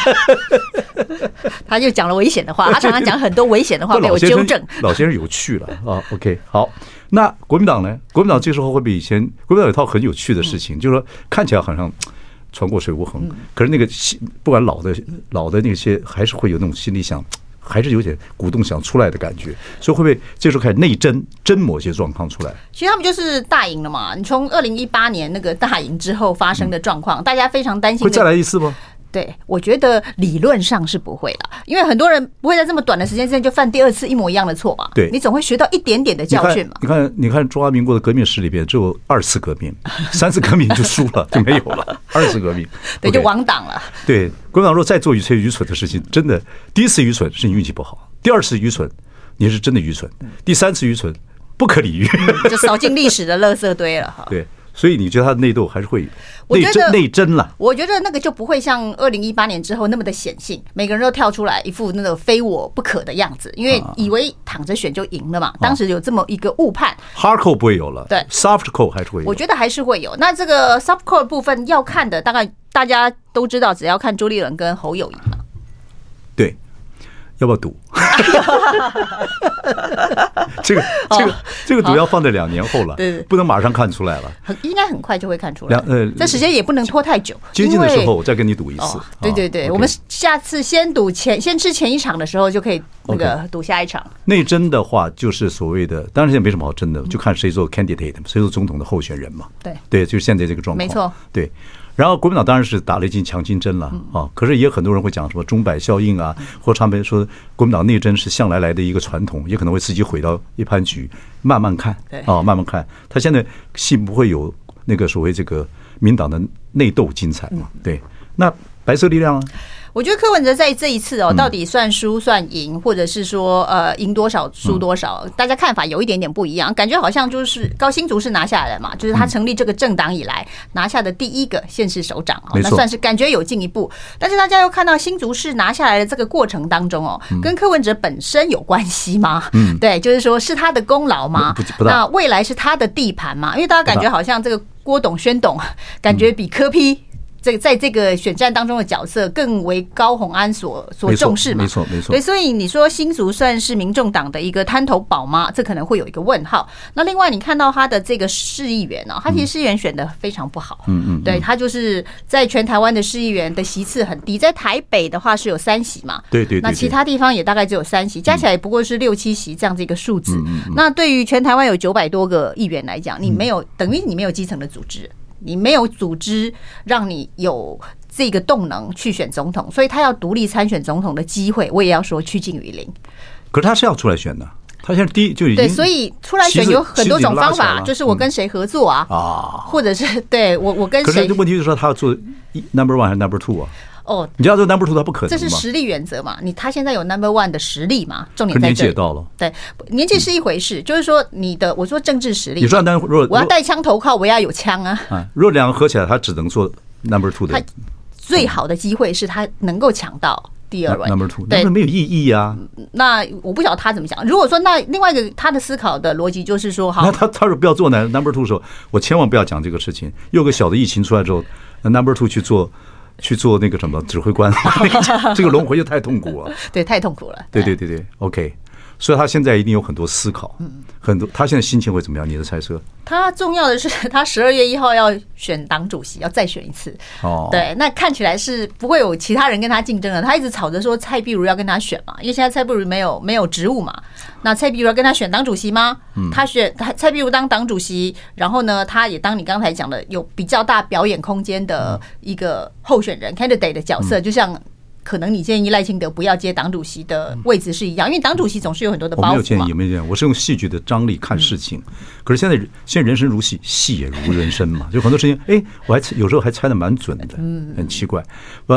[SPEAKER 2] 他就讲了危险的话，他常常讲很多危险的话
[SPEAKER 1] 这
[SPEAKER 2] 被
[SPEAKER 1] 老
[SPEAKER 2] 我
[SPEAKER 1] 先
[SPEAKER 2] 纠
[SPEAKER 1] 生
[SPEAKER 2] 正。
[SPEAKER 1] 老先生有趣了啊。OK，好，那国民党呢？国民党这时候会比以前，国民党有一套很有趣的事
[SPEAKER 2] 嗯
[SPEAKER 1] 情，就是说看起来好像嘖船过水无痕，可是那个心不管老的老的那些，还是会有那种心里想。嘖还是有点鼓动想出来的感觉，所以会不会这时候开始内争，争某些状况出来？
[SPEAKER 2] 其实他们就是大赢了嘛。你从二零一八年那个大赢之后发生的状况，大家非常担心
[SPEAKER 1] 会
[SPEAKER 2] 的
[SPEAKER 1] 再来一次吗？
[SPEAKER 2] 对，我觉得理论上是不会的，因为很多人不会在这么短的时间之内就犯第二次一模一样的错吧？
[SPEAKER 1] 对
[SPEAKER 2] 你总会学到一点点的
[SPEAKER 1] 你
[SPEAKER 2] 教
[SPEAKER 1] 看，
[SPEAKER 2] 训嘛。
[SPEAKER 1] 你看，你看，中华民国的革命史里边只有二次革命，三次革命就输了，就没有 了。二次革命，
[SPEAKER 2] 对，就
[SPEAKER 1] OK
[SPEAKER 2] 亡党了。
[SPEAKER 1] 对，国民党若再做一些愚蠢的事情，真的，第一次愚蠢是你运气不好，第二次愚蠢你是真的愚蠢，第三次愚蠢不可理喻。
[SPEAKER 2] 就扫进历史的垃圾堆了哈。
[SPEAKER 1] 对，所以你觉得他的内斗还是会有
[SPEAKER 2] 我
[SPEAKER 1] 内
[SPEAKER 2] 觉得
[SPEAKER 1] 争内争了。
[SPEAKER 2] 我觉得那个就不会像二零一八年之后那么的显性，每个人都跳出来一副那个非我不可的样子，因
[SPEAKER 1] 啊
[SPEAKER 2] 为以为躺着选就赢了嘛。当时有这么一个误判，
[SPEAKER 1] hard core 不会有了，
[SPEAKER 2] 对
[SPEAKER 1] ，soft core 还是会有
[SPEAKER 2] 我。觉得还是会有。那这个 softcore 部分要看的，大概大家都知道，只要看朱立伦跟侯友谊嘛。
[SPEAKER 1] 对，要不要 赌？这个这个这个赌要放在两年后了
[SPEAKER 2] 对对，
[SPEAKER 1] 不能马上看出来了。
[SPEAKER 2] 很应该很快就会看出来
[SPEAKER 1] 两呃，
[SPEAKER 2] 这时间也不能拖太久，
[SPEAKER 1] 接近的
[SPEAKER 2] 因为
[SPEAKER 1] 时候我再跟你赌一次
[SPEAKER 2] 哦。，对对对，
[SPEAKER 1] 啊
[SPEAKER 2] 我们
[SPEAKER 1] OK
[SPEAKER 2] 下次先赌前，先吃前一场的时候就可以那个赌下一场。
[SPEAKER 1] 内争的话，就是所谓的，当然现在没什么好争的，就看谁做 candidate，谁做总统的候选人嘛。
[SPEAKER 2] 嗯对
[SPEAKER 1] 对，就是现在这个状况。
[SPEAKER 2] 没错。嗯
[SPEAKER 1] 对，然后国民党当然是打了一剂强心针了啊，可是也很多人会讲什么钟摆效应啊，或者他们说国民党内争是向来来的一个传统，也可能会自己毁到一盘局，慢慢看
[SPEAKER 2] 对
[SPEAKER 1] 啊，慢慢看。他现在
[SPEAKER 2] 嗯
[SPEAKER 1] 戏不会有那个所谓这个民党的内斗精彩嘛？对，那白色力量啊，
[SPEAKER 2] 我觉得柯文哲在这一次
[SPEAKER 1] 嗯
[SPEAKER 2] 哦，到底算输算赢，或者是说呃赢多少输多
[SPEAKER 1] 嗯
[SPEAKER 2] 少，大家看法有一点点不一样，感觉好像就是高新竹是拿下来了嘛，就是他成立这个政党以来拿下的第一个县市首长哦，
[SPEAKER 1] 没
[SPEAKER 2] 那
[SPEAKER 1] 错
[SPEAKER 2] 算是感觉有进一步。但是大家又看到新竹市拿下来的这个过程当中哦，
[SPEAKER 1] 嗯
[SPEAKER 2] 跟柯文哲本身有关系吗？嗯，对，就是说是他的功劳吗
[SPEAKER 1] 不不不？大
[SPEAKER 2] 那未来是他的地盘吗？因为大家感觉好像这个郭董、宣
[SPEAKER 1] 嗯
[SPEAKER 2] 董，感觉比柯批。这在这个选战当中的角色更为高鸿安所所
[SPEAKER 1] 没错
[SPEAKER 2] 重视嘛，
[SPEAKER 1] 没错没错
[SPEAKER 2] 对，所以你说新竹算是民众党的一个滩头堡吗？这可能会有一个问号。那另外，你看到他的这个市议员哦，他
[SPEAKER 1] 嗯
[SPEAKER 2] 其实市议员选的非常不好，嗯嗯，对他就是在全台湾的市议员的席次很低，在台北的话是有三席嘛，
[SPEAKER 1] 对对对嗯
[SPEAKER 2] 那其他地方也大概只有三席，加起来也不过是六七席这样子一个数字。那对于全台湾有九百多个议员来讲，你
[SPEAKER 1] 嗯
[SPEAKER 2] 没有等于你没有基层的组织，你没有组织让你有。这个动能去选总统，所以他要独立参选总统的机会，我也要说趋近于零。
[SPEAKER 1] 可是他是要出来选的，他现在第一就已经
[SPEAKER 2] 对，所以出来选
[SPEAKER 1] 旗子
[SPEAKER 2] 有很多种
[SPEAKER 1] 旗子已经拉
[SPEAKER 2] 方
[SPEAKER 1] 起来
[SPEAKER 2] 法，
[SPEAKER 1] 了
[SPEAKER 2] 就是我跟谁合作啊，
[SPEAKER 1] 啊。
[SPEAKER 2] 或者是对我我跟
[SPEAKER 1] 可是
[SPEAKER 2] 谁
[SPEAKER 1] 这问题就是说，他要做一 number one 还是 number two 啊？
[SPEAKER 2] 哦，
[SPEAKER 1] 你知道做 number two 他不可
[SPEAKER 2] 这
[SPEAKER 1] 能
[SPEAKER 2] 是
[SPEAKER 1] 吗？
[SPEAKER 2] 实力原则嘛？你他现在有 number one 的实力嘛？重
[SPEAKER 1] 可是年
[SPEAKER 2] 点在
[SPEAKER 1] 纪
[SPEAKER 2] 这
[SPEAKER 1] 也
[SPEAKER 2] 里。
[SPEAKER 1] 到了，嗯
[SPEAKER 2] 对，年纪是一回事，就是说你的，我说政治实力嘛，
[SPEAKER 1] 你说那如果
[SPEAKER 2] 我要
[SPEAKER 1] 如
[SPEAKER 2] 带枪投靠，我要有枪啊。
[SPEAKER 1] 啊，如果两个合起来，他只能做 number two 的
[SPEAKER 2] 他最好的机会是他能够抢到第二轮
[SPEAKER 1] number two，
[SPEAKER 2] 对嗯
[SPEAKER 1] 那，没有意义啊。
[SPEAKER 2] 那我不晓得他怎么想。如果说那另外一个他的思考的逻辑就是说，好
[SPEAKER 1] 那，他他说不要做 number number two 的时候，我千万不要讲这个事情。又有个小的疫情出来之后那，number two 去做去做那个什么指挥 官，这个轮回就太痛苦了。
[SPEAKER 2] 对，太痛苦了。
[SPEAKER 1] 对对对对，OK。所以他现在一定有很多思考，
[SPEAKER 2] 嗯
[SPEAKER 1] 很多他现在心情会怎么样？你的猜测？
[SPEAKER 2] 他重要的是， 他十二月一号要选党主席，要再选一次。
[SPEAKER 1] 哦
[SPEAKER 2] 对，那看起来是不会有其他人跟他竞争了。他一直吵着说蔡碧如要跟他选嘛，因为现在蔡碧如没有没有职务嘛。那蔡碧如要跟他选党主席吗？
[SPEAKER 1] 嗯
[SPEAKER 2] 他选他蔡碧如当党主席，然后呢，他也当你刚才讲的有比较大表演空间的
[SPEAKER 1] 嗯
[SPEAKER 2] 一个候选人 candidate 的角色，就像。可能你建议赖清德不要接党主席的位置是一样，因为党主席总是有很多的
[SPEAKER 1] 嗯我
[SPEAKER 2] 包
[SPEAKER 1] 没有
[SPEAKER 2] 袱
[SPEAKER 1] 建
[SPEAKER 2] 嘛
[SPEAKER 1] 议，。没有建议，我是用戏剧的张力看事情。可是现在，现在人生如戏，戏也如人生嘛，就很多事情，哎，我还有时候还猜的蛮准的，
[SPEAKER 2] 嗯
[SPEAKER 1] 很奇怪。不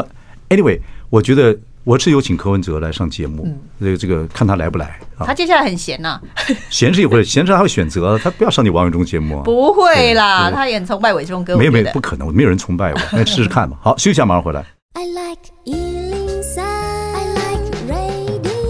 [SPEAKER 1] ，anyway，我觉得我是有请柯文哲来上节目，
[SPEAKER 2] 嗯
[SPEAKER 1] 这个这个看他来不来啊
[SPEAKER 2] 他？接下来很闲啊呐、
[SPEAKER 1] 闲是一回事，闲着他会选择，啊他不要上你王伟忠节目啊。
[SPEAKER 2] 不会啦，
[SPEAKER 1] 对
[SPEAKER 2] 他也很崇拜伟忠哥。
[SPEAKER 1] 没有
[SPEAKER 2] 我
[SPEAKER 1] 没有
[SPEAKER 2] 觉得
[SPEAKER 1] 不可能，没有人崇拜我，那试试看吧。好，休息一下，马上回来。
[SPEAKER 3] I like Ealing Sound. I like radio.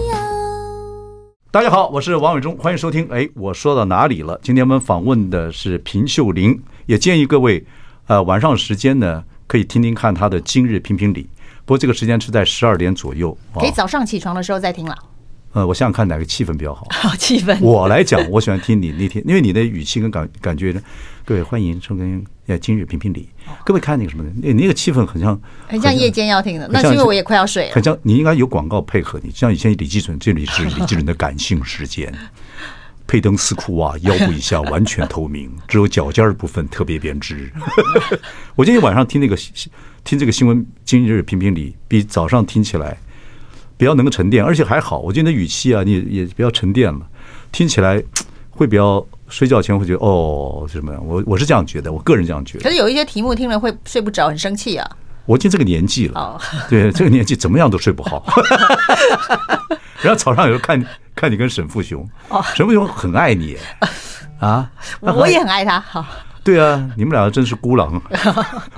[SPEAKER 1] 大家好，我是王伟忠，欢迎收听。哎，我说到哪里了？今天我们访问的是平秀玲，也建议各位，呃，晚上时间呢可以听听看她的《今日评评理》，不过这个时间是在十二点左右啊
[SPEAKER 2] 可以。早上起床的时候再听了，
[SPEAKER 1] 呃，我想想看哪个气氛比 较好。
[SPEAKER 2] 好气氛。
[SPEAKER 1] 我来讲，我喜欢听你那天，因为你的语气跟感感觉呢，各位欢迎收听呃《今日评评理》，各位看那个什么的，那你那个气氛很像，
[SPEAKER 2] 哦很像夜间要听的，
[SPEAKER 1] 很
[SPEAKER 2] 那
[SPEAKER 1] 像
[SPEAKER 2] 是因为我也快要睡了
[SPEAKER 1] 很。像你应该有广告配合你，像以前李济准，这里是李济准的感性时间。佩登斯裤袜、腰部以下完全透明，只有脚尖儿部分特别编织。 我今天晚上听那个听这个新闻，今日评评理比早上听起来比较能够沉淀，而且还好。我觉得你的语气啊，你也也比较沉淀了，听起来会比较睡觉前会觉得哦是什么样。我我是这样觉得，我个人这样觉得
[SPEAKER 2] 可。是有一些题目听了会睡不着，很生气啊。
[SPEAKER 1] 我已经这个年纪了
[SPEAKER 2] 哦，
[SPEAKER 1] 对这个年纪怎么样都睡不好。 然后早上有时候看看你跟沈富雄，沈富雄很爱你啊，
[SPEAKER 2] 哦 我我也很爱他，好
[SPEAKER 1] 对啊，你们俩真是孤 狼，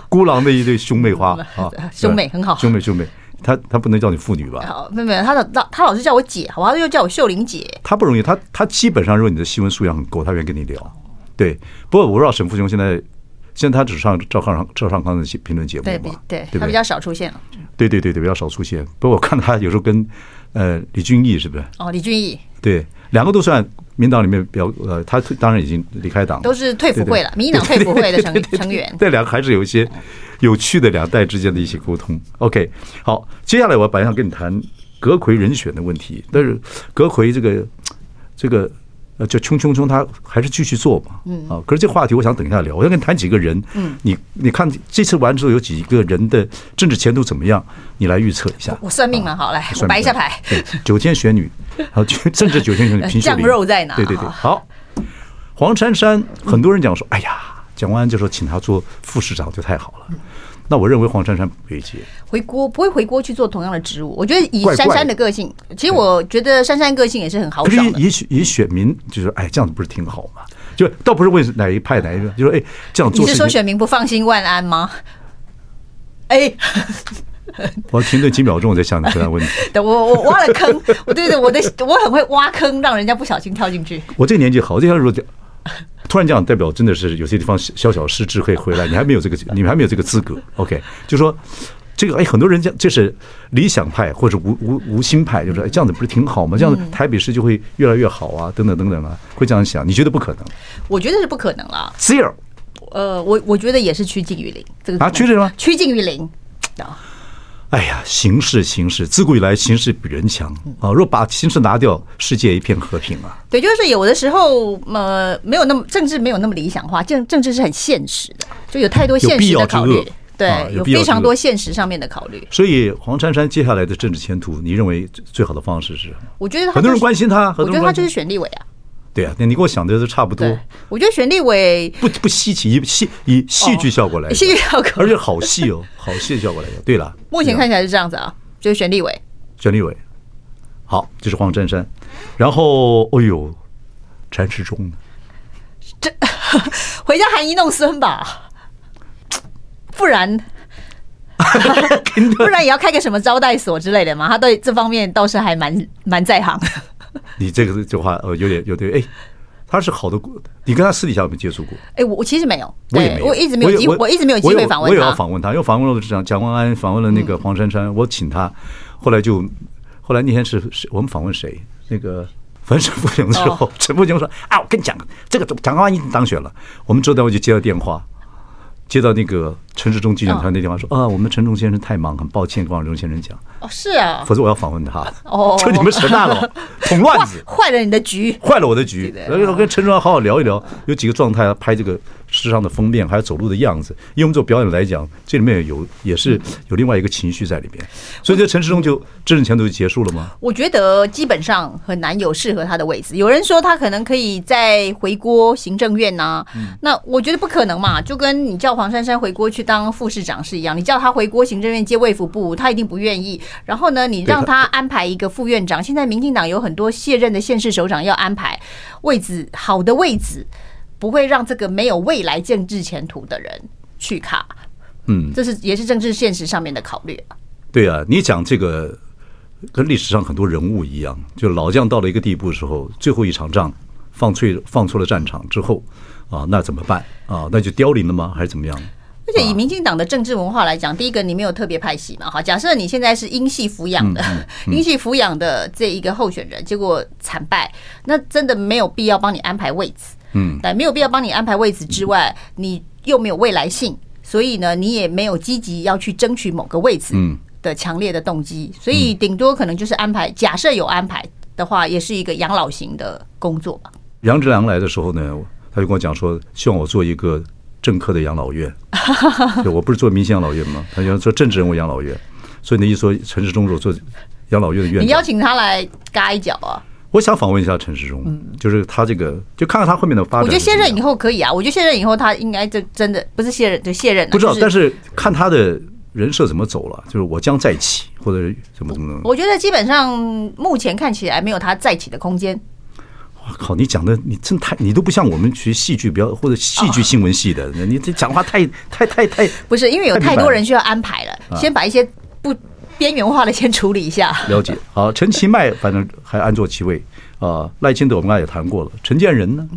[SPEAKER 1] 孤狼的一对兄妹花啊，
[SPEAKER 2] 兄妹很好
[SPEAKER 1] 兄妹兄妹，他他不能叫你妇女吧？
[SPEAKER 2] 好，没有没有，他老他他老是叫我姐，好吧，他又叫我秀玲姐。
[SPEAKER 1] 他不容易，他他基本上如果你的新闻素养很够，他愿意跟你聊。对，不过我不知道沈富雄现在，现在他只上赵尚赵尚康的评论节目
[SPEAKER 2] 对比
[SPEAKER 1] 嘛，
[SPEAKER 2] 对，
[SPEAKER 1] 不
[SPEAKER 2] 他比较少出现了。
[SPEAKER 1] 对对对对比较少出现。不过我看他有时候跟呃李俊毅是不是？
[SPEAKER 2] 哦，李俊毅
[SPEAKER 1] 对，两个都算民党里面比较呃，他当然已经离开党了，
[SPEAKER 2] 都是退辅会了，民进党退辅会的成成员。
[SPEAKER 1] 这两个还是有一些有趣的两代之间的一些沟通。OK，好，接下来我本来想跟你谈葛魁人选的问题，但是葛魁这个这个呃，就冲冲冲，他还是继续做嘛。嗯啊，可是这个话题我想等一下聊，我想跟你谈几个人。嗯，你你看这次完之后有几个人的政治前途怎么样？你来预测一下。
[SPEAKER 2] 我算命嘛，好来，我
[SPEAKER 1] 啊算
[SPEAKER 2] 摆一下
[SPEAKER 1] 命
[SPEAKER 2] 牌。
[SPEAKER 1] 对，九天玄女，好， 就甚至九天玄女平秀玲
[SPEAKER 2] 酱肉在哪
[SPEAKER 1] 对对对，
[SPEAKER 2] 啊
[SPEAKER 1] 好。黄珊珊，很多人讲说，哎呀，蒋万安就说请他做副市长就太好了。那我认为黄珊珊不可以接。
[SPEAKER 2] 回锅不会回锅去做同样的职务。我觉得以
[SPEAKER 1] 怪怪
[SPEAKER 2] 珊珊的个性，其实我觉得珊珊个性也是很豪
[SPEAKER 1] 可是
[SPEAKER 2] 爽的。
[SPEAKER 1] 以选以选民就是哎，这样子不是挺好吗？就倒不是为哪一派哪一个，就说哎这样
[SPEAKER 2] 你
[SPEAKER 1] 做
[SPEAKER 2] 是
[SPEAKER 1] 事
[SPEAKER 2] 说
[SPEAKER 1] 情，
[SPEAKER 2] 选民不放心万安吗？ 哎，
[SPEAKER 1] 我停顿几秒钟，我在想你这个问题。
[SPEAKER 2] 等我我挖了坑，我对对，我的我很会挖坑，让人家不小心跳进去。
[SPEAKER 1] 我这个年纪好，这条如果突然讲，代表真的是有些地方小小失智可以回来，你还没有这个，你们还没有这个资格。OK，就说这个，哎，很多人讲这是理想派或者无无无心派，就是哎这样子不是挺好吗？这样子台北市就会越来越好啊，等等等等啊，会这样想。你觉得不可能
[SPEAKER 2] 我觉得是不可能啦。
[SPEAKER 1] ？Zero
[SPEAKER 2] 呃，我我觉得也是趋近于零，这个
[SPEAKER 1] 啊，
[SPEAKER 2] 可能
[SPEAKER 1] 觉得吗？
[SPEAKER 2] 趋近于零。啊
[SPEAKER 1] 哎呀，形势形势，自古以来形势比人强啊！若把形势拿掉，世界一片和平啊！
[SPEAKER 2] 对，就是有的时候，呃，没有那么政治没有那么理想化，政政治是很现实的，就有太多
[SPEAKER 1] 有
[SPEAKER 2] 现
[SPEAKER 1] 必
[SPEAKER 2] 实
[SPEAKER 1] 要
[SPEAKER 2] 的
[SPEAKER 1] 之
[SPEAKER 2] 考
[SPEAKER 1] 恶
[SPEAKER 2] 虑，
[SPEAKER 1] 啊
[SPEAKER 2] 对，
[SPEAKER 1] 有
[SPEAKER 2] 有
[SPEAKER 1] 必要
[SPEAKER 2] 非
[SPEAKER 1] 之恶
[SPEAKER 2] 常多现实上面的考虑。
[SPEAKER 1] 所以黄珊珊接下来的政治前途，你认为最好的方式是什么？
[SPEAKER 2] 我觉得他
[SPEAKER 1] 很多
[SPEAKER 2] 就
[SPEAKER 1] 人
[SPEAKER 2] 是
[SPEAKER 1] 关心他，很
[SPEAKER 2] 我
[SPEAKER 1] 多人
[SPEAKER 2] 觉得他
[SPEAKER 1] 关
[SPEAKER 2] 就
[SPEAKER 1] 心
[SPEAKER 2] 是选立委啊，
[SPEAKER 1] 对啊，那你跟我想的是差不多哎
[SPEAKER 2] 对，，我觉得选立委
[SPEAKER 1] 不不稀奇，以戏以戏剧效果来讲，
[SPEAKER 2] 戏剧效果
[SPEAKER 1] 而且好戏哦， 好戏的效果来讲。对了，
[SPEAKER 2] 目前
[SPEAKER 1] 对啊
[SPEAKER 2] 看起来是这样子啊，就是选立委。
[SPEAKER 1] 选立委，好，这是黄珊珊，然后哎呦，陈时中呢？
[SPEAKER 2] 回家含饴弄孙吧，不然不然也要开个什么招待所之类的嘛。他对这方面倒是还蛮蛮在 行。
[SPEAKER 1] 你这个这话呃有点有点哎，他是好的，你跟他私底下有没有接触过？
[SPEAKER 2] 哎，我我其实没有，
[SPEAKER 1] 我也
[SPEAKER 2] 对
[SPEAKER 1] 没有，
[SPEAKER 2] 我一直没有机会，我一直没有机会访问
[SPEAKER 1] 我有要
[SPEAKER 2] 他。
[SPEAKER 1] 访问他，因为访问了蒋蒋万安，访问了那个黄珊珊，我请他，后来就后来那天是是我们访问谁？那个反正陈步行的时候
[SPEAKER 2] 哦，
[SPEAKER 1] 陈步行说啊，我跟你讲，这个蒋万安已经当选了。啊我们周代我就接到电话。接到那个陈志忠竞选团队电话说啊，我们陈忠先生太忙，很抱歉跟王忠先生讲，
[SPEAKER 2] 哦，是啊，
[SPEAKER 1] 否则我要访问他。
[SPEAKER 2] 哦
[SPEAKER 1] 就你们扯淡 了，捅乱子。
[SPEAKER 2] 坏了你的局。
[SPEAKER 1] 坏了我的局
[SPEAKER 2] 对。的
[SPEAKER 1] 然后跟陈忠要好好聊一聊，有几个状态啊，拍这个时尚的封面，还有走路的样子。因为我们做表演来讲，这里面有也是有另外一个情绪在里边。所以这陈世忠就政治前途就结束了吗？
[SPEAKER 2] 我觉得基本上很难有适合他的位置。有人说他可能可以再回锅行政院呐、那我觉得不可能嘛，就跟你叫黄珊珊回锅去当副市长是一样，你叫他回锅行政院接卫福部，他一定不愿意。然后呢，你让他安排一个副院长，现在民进党有很多卸任的县市首长要安排位置，好的位置不会让这个没有未来政治前途的人去卡，
[SPEAKER 1] 嗯，
[SPEAKER 2] 这是也是政治现实上面的考虑啊。
[SPEAKER 1] 对啊，你讲这个跟历史上很多人物一样，就老将到了一个地步的时候，最后一场仗放脆放错了战场之后啊，那怎么办啊？那就凋零了吗？还是怎么样？
[SPEAKER 2] 而
[SPEAKER 1] 啊
[SPEAKER 2] 且以民进党的政治文化来讲，第一个你没有特别派系嘛，哈。假设你现在是英系抚养
[SPEAKER 1] 嗯
[SPEAKER 2] 的， 英系抚养的这一个候选人，结果惨败，那真的没有必要帮你安排位置，嗯，对，没有必要帮你安排位置之外，你又没有未来性，所以呢，你也没有积极要去争取某个位置
[SPEAKER 1] 嗯
[SPEAKER 2] 的强烈的动机，所以顶多可能就是安排，假设有安排的话，也是一个养老型的工作吧。
[SPEAKER 1] 杨志良来的时候呢，他就跟我讲说，希望我做一个政客的养老 院。对，我不是做明星养老院吗？他要做政治人物养老院，所以你一说陈世忠如果做养老院的院
[SPEAKER 2] 你邀
[SPEAKER 1] 长，
[SPEAKER 2] 请他来嘎一脚啊，
[SPEAKER 1] 我想访问一下陈世忠，
[SPEAKER 2] 嗯
[SPEAKER 1] 就是他这个，就看看他后面的发展。
[SPEAKER 2] 我觉得卸任以，后可以啊，我觉得卸任以后他应该就真的不是卸任，就卸任、啊。
[SPEAKER 1] 不知道，
[SPEAKER 2] 就
[SPEAKER 1] 但是看他的人设怎么走了，就是我将再起，或者怎么怎么。
[SPEAKER 2] 我觉得基本上目前看起来没有他再起的空间。
[SPEAKER 1] 我靠，你讲的你真太，你都不像我们学戏剧表或者戏
[SPEAKER 2] 啊
[SPEAKER 1] 剧新闻系的，你这讲话太太太太
[SPEAKER 2] 不是因为有
[SPEAKER 1] 太明白
[SPEAKER 2] 太
[SPEAKER 1] 了
[SPEAKER 2] 多人需要安排
[SPEAKER 1] 嗯
[SPEAKER 2] 了，先把一些不边缘化的先处理一下。
[SPEAKER 1] 了解。好，陈其迈反正还安坐其位啊、赖清德我们刚才也谈过了，陈建仁呢，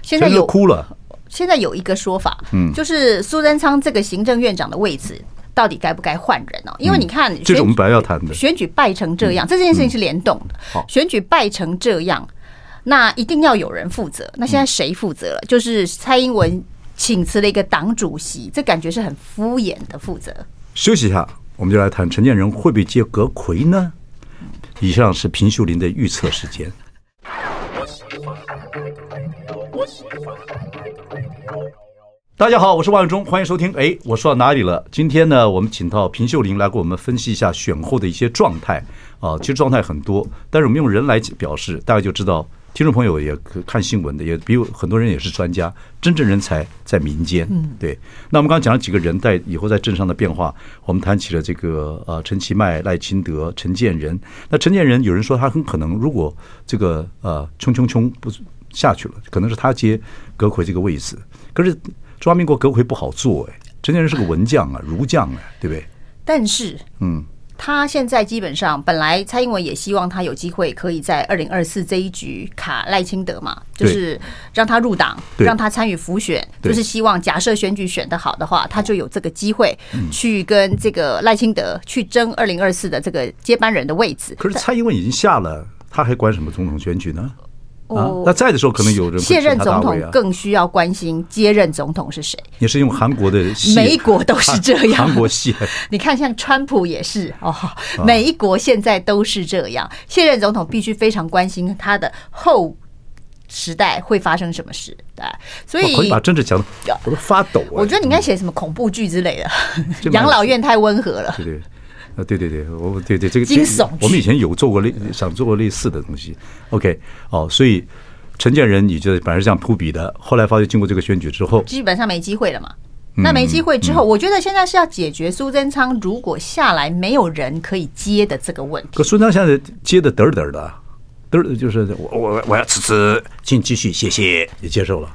[SPEAKER 2] 现在
[SPEAKER 1] 陈建仁
[SPEAKER 2] 有
[SPEAKER 1] 哭嗯了，
[SPEAKER 2] 现在有一个说法，就是苏贞昌这个行政院长的位置到底该不该换人呢、哦因为你看选举，
[SPEAKER 1] 嗯这是我们本来要谈的。嗯
[SPEAKER 2] 选举败成这样，这件事情是联动的
[SPEAKER 1] 好。
[SPEAKER 2] 选举败成这样，那一定要有人负责。那现在谁负责了？就是蔡英文请辞了一个党主席，这感觉是很敷衍的负责。
[SPEAKER 1] 休息一下，我们就来谈陈建仁会不会接葛魁呢？以上是平秀林的预测时间。大家好，我是万永忠，欢迎收听。哎，我说到哪里了？今天呢，我们请到平秀玲来给我们分析一下选后的一些状态啊。其实状态很多，但是我们用人来表示，大家就知道听众朋友也可看新闻的，也比我很多人也是专家，真正人才在民间。嗯，对。那我们刚刚讲了几个人在以后在政上的变化，我们谈起了这个呃陈其迈、赖清德、陈建仁。那陈建仁有人说他很可能如果这个呃冲冲冲不是下去了，可能是他接葛魁这个位置。可是中华民国葛魁不好做哎，陈建仁是个文将啊，儒将啊，对不对？
[SPEAKER 2] 但是
[SPEAKER 1] 嗯。
[SPEAKER 2] 他现在基本上，本来蔡英文也希望他有机会可以在二零二四这一局卡赖清德嘛，就
[SPEAKER 1] 对
[SPEAKER 2] 是让他入党，
[SPEAKER 1] 对
[SPEAKER 2] 让他参与浮选，
[SPEAKER 1] 对嗯
[SPEAKER 2] 就是希望假设选举选得好的话，他就有这个机会去跟这个赖清德去争二零二四的这个接班人的位置。
[SPEAKER 1] 可是蔡英文已经下了，他还管什么总统选举呢？啊
[SPEAKER 2] 哦，
[SPEAKER 1] 那在的时候可能有人会
[SPEAKER 2] 卸任
[SPEAKER 1] 劝他
[SPEAKER 2] 总
[SPEAKER 1] 大
[SPEAKER 2] 统
[SPEAKER 1] 卫啊，
[SPEAKER 2] 更需要关心接任总统是谁。
[SPEAKER 1] 也是用韩国的戏，
[SPEAKER 2] 每一国都是这样
[SPEAKER 1] 韩韩国戏，
[SPEAKER 2] 你看，像川普也是哦，
[SPEAKER 1] 啊
[SPEAKER 2] 每一国现在都是这样。现任总统必须非常关心他的后时代会发生什么事，对吧，所
[SPEAKER 1] 我可以
[SPEAKER 2] 以
[SPEAKER 1] 把政治讲得我都发抖、啊。
[SPEAKER 2] 我觉得你应该写什么恐怖剧之类的
[SPEAKER 1] 这，蛮
[SPEAKER 2] 养老院太温和了。
[SPEAKER 1] 对对。啊，对对对，我对对这个
[SPEAKER 2] 惊悚剧
[SPEAKER 1] 我们以前有做过类想做过类似的东西。OK，哦，所以陈建仁，你觉得本来是这样扑鼻的，后来发现经过这个选举之后，
[SPEAKER 2] 基本上没机会了嘛。
[SPEAKER 1] 嗯
[SPEAKER 2] 那没机会之后，我觉得现在是要解决苏贞昌如果下来没有人可以接的这个问题。
[SPEAKER 1] 可孙昌现在接的嘚儿嘚儿的啊，嘚儿就是我我我要辞职，请继续，谢谢，也接受了。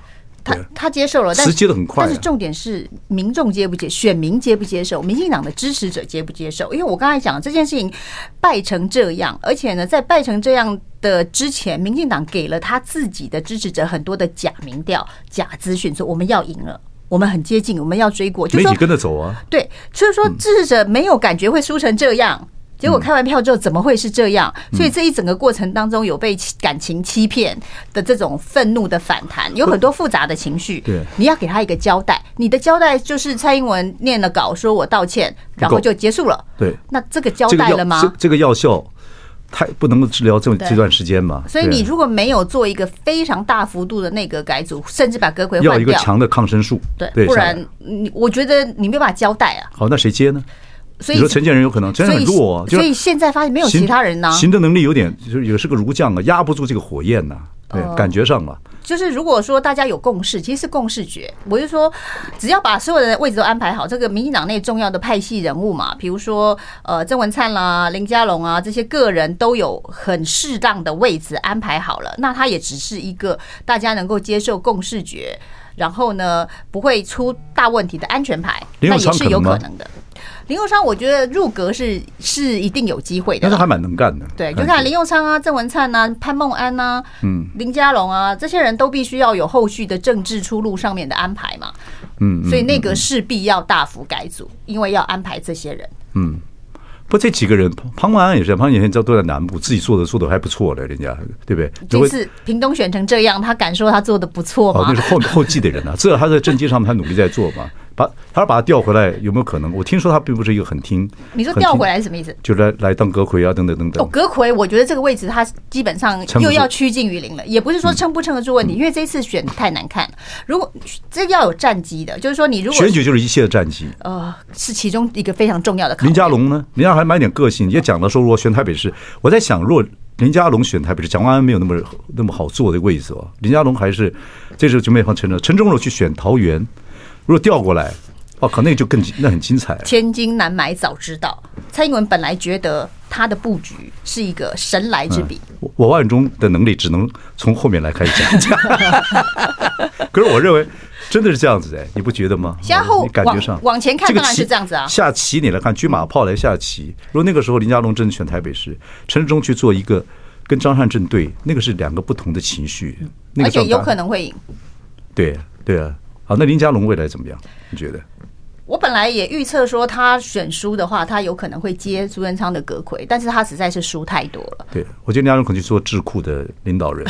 [SPEAKER 2] 他
[SPEAKER 1] 对
[SPEAKER 2] 他接受了，但是
[SPEAKER 1] 时接得很快啊
[SPEAKER 2] 但是重点是民众接不接，选民接不接受，民进党的支持者接不接受？因为我刚才讲这件事情败成这样，而且呢，在败成这样的之前，民进党给了他自己的支持者很多的假民调、假资讯，说我们要赢了，我们很接近，我们要追过，就
[SPEAKER 1] 媒
[SPEAKER 2] 说
[SPEAKER 1] 体跟着走啊，
[SPEAKER 2] 对，所以说支持者没有感觉会输成这
[SPEAKER 1] 嗯
[SPEAKER 2] 样。结果开完票之后怎么会是这样？所以这一整个过程当中有被欺感情欺骗的这种愤怒的反弹，有很多复杂的情绪。
[SPEAKER 1] 对
[SPEAKER 2] 你要给他一个交代。你的交代就是蔡英文念了稿，说我道歉，然后就结束了。
[SPEAKER 1] 对
[SPEAKER 2] 那这个交
[SPEAKER 1] 这个
[SPEAKER 2] 代了
[SPEAKER 1] 药
[SPEAKER 2] 吗？
[SPEAKER 1] 这这个药效太不能够治疗这
[SPEAKER 2] 对
[SPEAKER 1] 这段时间嘛，
[SPEAKER 2] 所以
[SPEAKER 1] 对
[SPEAKER 2] 你如果没有做一个非常大幅度的内阁改组，甚至把阁魁
[SPEAKER 1] 要
[SPEAKER 2] 换
[SPEAKER 1] 一个
[SPEAKER 2] 掉，
[SPEAKER 1] 强的抗生素，
[SPEAKER 2] 对，不
[SPEAKER 1] 下来
[SPEAKER 2] 然你我觉得你没有办法交代啊。
[SPEAKER 1] 好，那谁接呢？
[SPEAKER 2] 所
[SPEAKER 1] 你
[SPEAKER 2] 以
[SPEAKER 1] 说陈建仁有可能，陈
[SPEAKER 2] 所
[SPEAKER 1] 建仁
[SPEAKER 2] 以
[SPEAKER 1] 很弱啊，
[SPEAKER 2] 所
[SPEAKER 1] 就是
[SPEAKER 2] 以现在发现没有其他人呢、
[SPEAKER 1] 行政能力有点，就是也是个儒将啊，压不住这个火焰呐、对，
[SPEAKER 2] 哦
[SPEAKER 1] 感觉上啊了，
[SPEAKER 2] 就是如果说大家有共识，其实是共识决。我就说，只要把所有的位置都安排好，这个民进党内重要的派系人物嘛，比如说呃郑文灿啦、林佳龙啊这些个人都有很适当的位置安排好了，那他也只是一个大家能够接受共识决，然后呢不会出大问题的安全牌，
[SPEAKER 1] 林
[SPEAKER 2] 那
[SPEAKER 1] 佑
[SPEAKER 2] 也
[SPEAKER 1] 昌
[SPEAKER 2] 是有
[SPEAKER 1] 可能
[SPEAKER 2] 可
[SPEAKER 1] 吗
[SPEAKER 2] 能的。林佑昌，我觉得入阁是是一定有机会的
[SPEAKER 1] 但
[SPEAKER 2] 啦
[SPEAKER 1] 是。还蛮能干的。
[SPEAKER 2] 对，就
[SPEAKER 1] 感觉
[SPEAKER 2] 看林佑昌啊、郑文灿啊、潘孟安呐、嗯、林佳龙啊，这些人都必须要有后续的政治出路上面的安排嘛。
[SPEAKER 1] 嗯，
[SPEAKER 2] 所以那个势必要大幅改组，因为要安排这些人。
[SPEAKER 1] 嗯不，这几个人，庞庞万安也是，庞万安也在都在南部，自己做的做的还不错的，人家对不对？
[SPEAKER 2] 这次屏东选成这样，他敢说他做的不错
[SPEAKER 1] 哦，
[SPEAKER 2] 吗
[SPEAKER 1] 那？是后后继的人啊，至少他在政绩上面他努力在做嘛。把他把他调回来有没有可能？我听说他并不是一个很听，
[SPEAKER 2] 你说
[SPEAKER 1] 很
[SPEAKER 2] 调
[SPEAKER 1] 听
[SPEAKER 2] 回来是什么意思？
[SPEAKER 1] 就来来当阁魁啊，等等等
[SPEAKER 2] 哦，
[SPEAKER 1] 等。
[SPEAKER 2] 葛奎，我觉得这个位置他基本上
[SPEAKER 1] 撑不
[SPEAKER 2] 又
[SPEAKER 1] 住嗯
[SPEAKER 2] 要趋近于零了，也不是说撑不撑得住问题，因为这次选太难看了。如果这要有战绩的，就是说你如果
[SPEAKER 1] 选举就是一切的战绩。
[SPEAKER 2] 呃是其中一个非常重要的考
[SPEAKER 1] 林佳
[SPEAKER 2] 量
[SPEAKER 1] 龙呢，林佳龙还蛮有点个性，也讲了说，如果选台北市，我在想，若林佳龙选台北市，蒋万安没有那么那么好坐的位置哦。林佳龙还是这时候就没放陈忠，陈忠如果去选桃园，如果调过来，哦靠，那个就更精那很精彩。
[SPEAKER 2] 千金难买早知道。蔡英文本来觉得他的布局是一个神来之笔，
[SPEAKER 1] 嗯我我万中的能力只能从后面来开始 讲。可是我认为真的是这样子哎，你不觉得吗？哦
[SPEAKER 2] 先后
[SPEAKER 1] 你感觉上
[SPEAKER 2] 往往前看
[SPEAKER 1] 个
[SPEAKER 2] 当然是
[SPEAKER 1] 棋
[SPEAKER 2] 这样子啊
[SPEAKER 1] 下棋你来看，车马炮来下棋。如果那个时候林佳龙真的选台北市，陈世忠去做一个跟张善政对，那个是两个不同的情绪，那个
[SPEAKER 2] 嗯而且
[SPEAKER 1] 上
[SPEAKER 2] 有
[SPEAKER 1] 大
[SPEAKER 2] 可能会赢。
[SPEAKER 1] 对对啊。好，那林佳龙未来怎么样？你觉得？
[SPEAKER 2] 我本来也预测说，他选输的话，他有可能会接朱元昌的阁魁，但是他实在是输太多了。
[SPEAKER 1] 对，我觉得林佳龙可能去做智库的领导 人。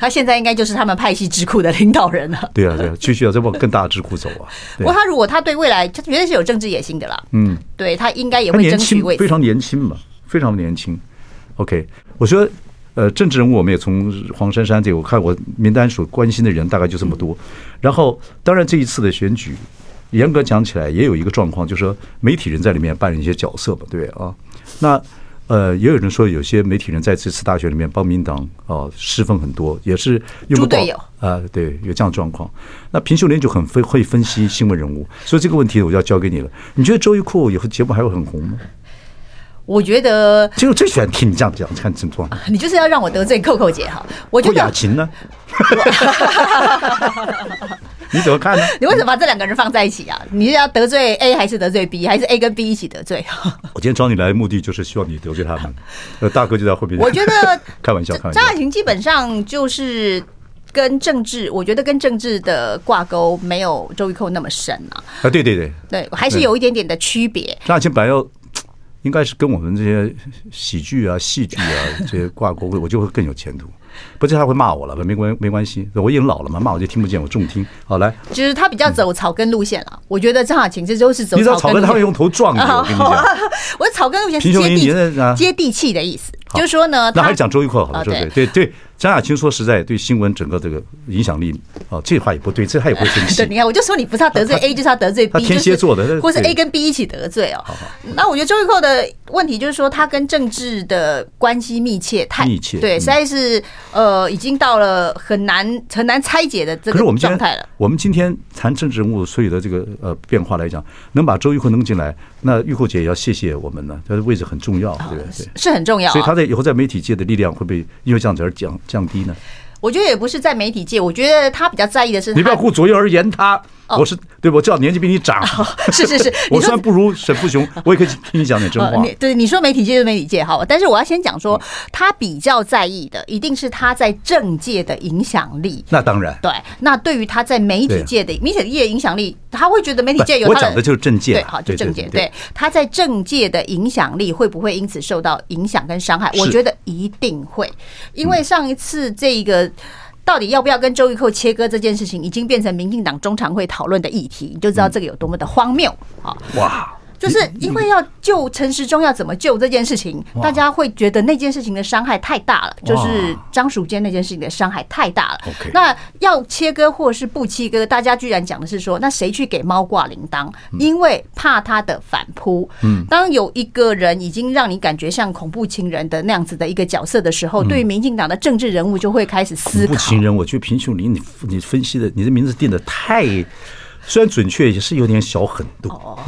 [SPEAKER 2] 他现在应该就是他们派系智库的领导人了。
[SPEAKER 1] 对啊，对啊，继续要再往更大的智库走啊。
[SPEAKER 2] 不
[SPEAKER 1] 对
[SPEAKER 2] 过他如果他对未来，他绝对是有政治野心的啦。嗯，
[SPEAKER 1] 哎
[SPEAKER 2] 对他应该也
[SPEAKER 1] 他
[SPEAKER 2] 会
[SPEAKER 1] 年
[SPEAKER 2] 争取
[SPEAKER 1] 轻
[SPEAKER 2] 位，置
[SPEAKER 1] 非。常年轻嘛，非常年轻。OK，我觉得呃，政治人物我们也从黄珊珊这个，我看我名单所关心的人大概就这么多。然后，当然这一次的选举，严格讲起来也有一个状况，就是说媒体人在里面扮演一些角色嘛，对啊。那呃，也有人说有些媒体人在这次大选里面帮民党哦施分很多，也是用
[SPEAKER 2] 猪
[SPEAKER 1] 不
[SPEAKER 2] 队
[SPEAKER 1] 到
[SPEAKER 2] 友
[SPEAKER 1] 啊，对，有这样的状况。那平秀莲就很分会分析新闻人物，所以这个问题我就要交给你了。你觉得周玉蔻以后节目还会很红吗？
[SPEAKER 2] 我觉得
[SPEAKER 1] 其实我最喜欢听你这样讲，看情况。
[SPEAKER 2] 你就是要让我得罪扣扣姐 哈，啊我觉
[SPEAKER 1] 郭雅
[SPEAKER 2] 得
[SPEAKER 1] 琴 呢？你怎么看呢？
[SPEAKER 2] 你为什么把这两个人放在一起啊？你是要得罪 A 还是得罪 B，还是 A 跟 B 一起得罪？
[SPEAKER 1] 我今天找你来的目的就是希望你得罪他们。呃，大哥就在后面。
[SPEAKER 2] 我觉得
[SPEAKER 1] 开玩笑，
[SPEAKER 2] 这
[SPEAKER 1] 开玩笑
[SPEAKER 2] 张。雅琴基本上就是跟政治，我觉得跟政治的挂钩没有周玉蔻那么深啊，
[SPEAKER 1] 啊，对对对，
[SPEAKER 2] 对，还是有一点点的区别。
[SPEAKER 1] 张亚勤本来要应该是跟我们这些喜剧啊、戏剧 啊这些挂钩，我就会更有前途。不是他会骂我了，没关没关系，我已经老了嘛，骂我就听不见，我重听。好来，
[SPEAKER 2] 就是他比较走草根路线了，我觉得张雅琴这都是走
[SPEAKER 1] 你知道
[SPEAKER 2] 草
[SPEAKER 1] 草
[SPEAKER 2] 根
[SPEAKER 1] 根
[SPEAKER 2] 路
[SPEAKER 1] 他会
[SPEAKER 2] 线。
[SPEAKER 1] 用头撞你，我跟 你讲。
[SPEAKER 2] 我的草根路线是
[SPEAKER 1] 贫穷
[SPEAKER 2] 接
[SPEAKER 1] 林你在
[SPEAKER 2] 地
[SPEAKER 1] 哪
[SPEAKER 2] 接地气的意思，
[SPEAKER 1] 好
[SPEAKER 2] 就是说呢，
[SPEAKER 1] 那
[SPEAKER 2] 他
[SPEAKER 1] 还是讲周玉蔻好了，
[SPEAKER 2] 啊
[SPEAKER 1] 对
[SPEAKER 2] 对
[SPEAKER 1] 不对？对对，张亚勤说实在对新闻整个这个影响力哦，这话也不对，这他也不会分
[SPEAKER 2] 对，
[SPEAKER 1] 析
[SPEAKER 2] 你。看，我就说你不是要得罪 A，就是要得罪 B，
[SPEAKER 1] 他天蝎座的
[SPEAKER 2] 就是
[SPEAKER 1] 他
[SPEAKER 2] 或是
[SPEAKER 1] 对
[SPEAKER 2] A 跟 B 一起得罪哦。那我觉得周玉蔻的问题就是说，他跟政治的关系密切，太
[SPEAKER 1] 密切
[SPEAKER 2] 对，
[SPEAKER 1] 嗯
[SPEAKER 2] 实在是呃，已经到了很难很难拆解的这
[SPEAKER 1] 可是我
[SPEAKER 2] 个
[SPEAKER 1] 们今
[SPEAKER 2] 状态
[SPEAKER 1] 天
[SPEAKER 2] 了。，
[SPEAKER 1] 我们今天谈政治人物所有的这个呃变化来讲，能把周玉蔻弄进来，那玉蔻姐也要谢谢我们呢，她的位置很重要，对不对？
[SPEAKER 2] 哦是很重要、
[SPEAKER 1] 所以他
[SPEAKER 2] 啊，
[SPEAKER 1] 在以后在媒体界的力量会被因为这样子而降降低呢？
[SPEAKER 2] 我觉得也不是在媒体界，我觉得他比较在意的是
[SPEAKER 1] 你不要
[SPEAKER 2] 他，
[SPEAKER 1] 顾左右而言他，我是对我知道年纪比你长，
[SPEAKER 2] 是是是，
[SPEAKER 1] 我虽
[SPEAKER 2] 哦你说
[SPEAKER 1] 然不如沈富 雄，我也可以听你讲点真
[SPEAKER 2] 呃，
[SPEAKER 1] 话嗯
[SPEAKER 2] 你。对你说媒体界就是媒体界好，但是我要先讲说，他比较在意的一定是他在政界的影响力。
[SPEAKER 1] 那当然，
[SPEAKER 2] 对，那对于他在媒体
[SPEAKER 1] 对
[SPEAKER 2] 界的媒体界影响力，他会觉得媒体
[SPEAKER 1] 不
[SPEAKER 2] 界有
[SPEAKER 1] 我
[SPEAKER 2] 他
[SPEAKER 1] 讲的就是政界
[SPEAKER 2] 对，
[SPEAKER 1] 啦
[SPEAKER 2] 好，就
[SPEAKER 1] 对
[SPEAKER 2] 政
[SPEAKER 1] 对
[SPEAKER 2] 界，
[SPEAKER 1] 对
[SPEAKER 2] 对他在政界的影响力会不会因此受到影响跟伤害？我
[SPEAKER 1] 是
[SPEAKER 2] 觉得一定会，因为上一次这一个。到底要不要跟周玉蔻切割这件事情，已经变成民进党中常会讨论的议题，你就知道
[SPEAKER 1] 嗯
[SPEAKER 2] 这个有多么的荒谬啊！
[SPEAKER 1] 哇，
[SPEAKER 2] 就是因为要救陈时中要怎么救这件事情，大家会觉得那件事情的伤害太大了，就是张淑娟那件事情的伤害太大了
[SPEAKER 1] OK。
[SPEAKER 2] 那要切割或是不切割，大家居然讲的是说，那谁去给猫挂铃铛？
[SPEAKER 1] 嗯
[SPEAKER 2] 因为怕他的反扑。嗯，当有一个人已经让你感觉像恐怖情人的那样子的一个角色的时候，对于民进党的政治人物就会开始思
[SPEAKER 1] 嗯恐怖
[SPEAKER 2] 考
[SPEAKER 1] 情。人，我觉得平秀林，你你分析的，你的名字定的太， 虽然准确，也是有点小狠毒。
[SPEAKER 2] 哦，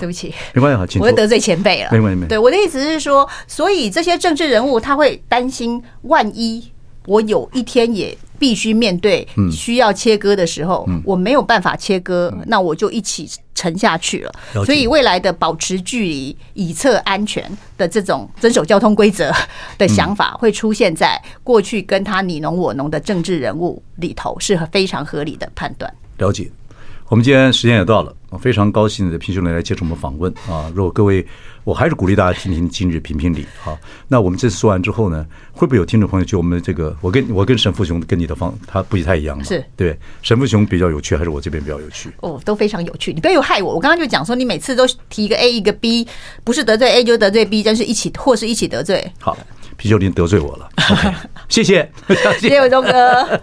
[SPEAKER 2] 对不起。
[SPEAKER 1] 没关系啊，请
[SPEAKER 2] 我又
[SPEAKER 1] 说。
[SPEAKER 2] 得罪前辈了。
[SPEAKER 1] 没问题没问题
[SPEAKER 2] 对我的意思是说，所以这些政治人物他会担心，万一我有一天也。必须面对
[SPEAKER 1] 嗯
[SPEAKER 2] 需要切割的时候，我没有办法切割，那我就一起沉下去
[SPEAKER 1] 了
[SPEAKER 2] 了。
[SPEAKER 1] 解
[SPEAKER 2] 所以未来的保持距离、以测安全的这种遵守交通 规则的想法，会出现在过去跟他你侬我侬的政治人物里头，是非常合理的判断。
[SPEAKER 1] 了解。我们今天时间也到了，我非常高兴的平秀莲来接受我们访问啊！如果各位，我还是鼓励大家听听今日评评理啊。那我们这次说完之后呢，会不会有听众朋友觉得我们这个，我跟我跟沈富雄跟你的方他不太一样嘛？
[SPEAKER 2] 是
[SPEAKER 1] 对，沈富雄比较有趣，还是我这边比较有趣？
[SPEAKER 2] 哦，都非常有趣。你不要有害我，我刚刚就讲说，你每次都提一个 A 一个 B，不是得罪 A 就得罪 B，真是一起或是一起得罪。
[SPEAKER 1] 好，平秀莲得罪我了，OK，谢谢，谢
[SPEAKER 2] 谢谢伟忠哥。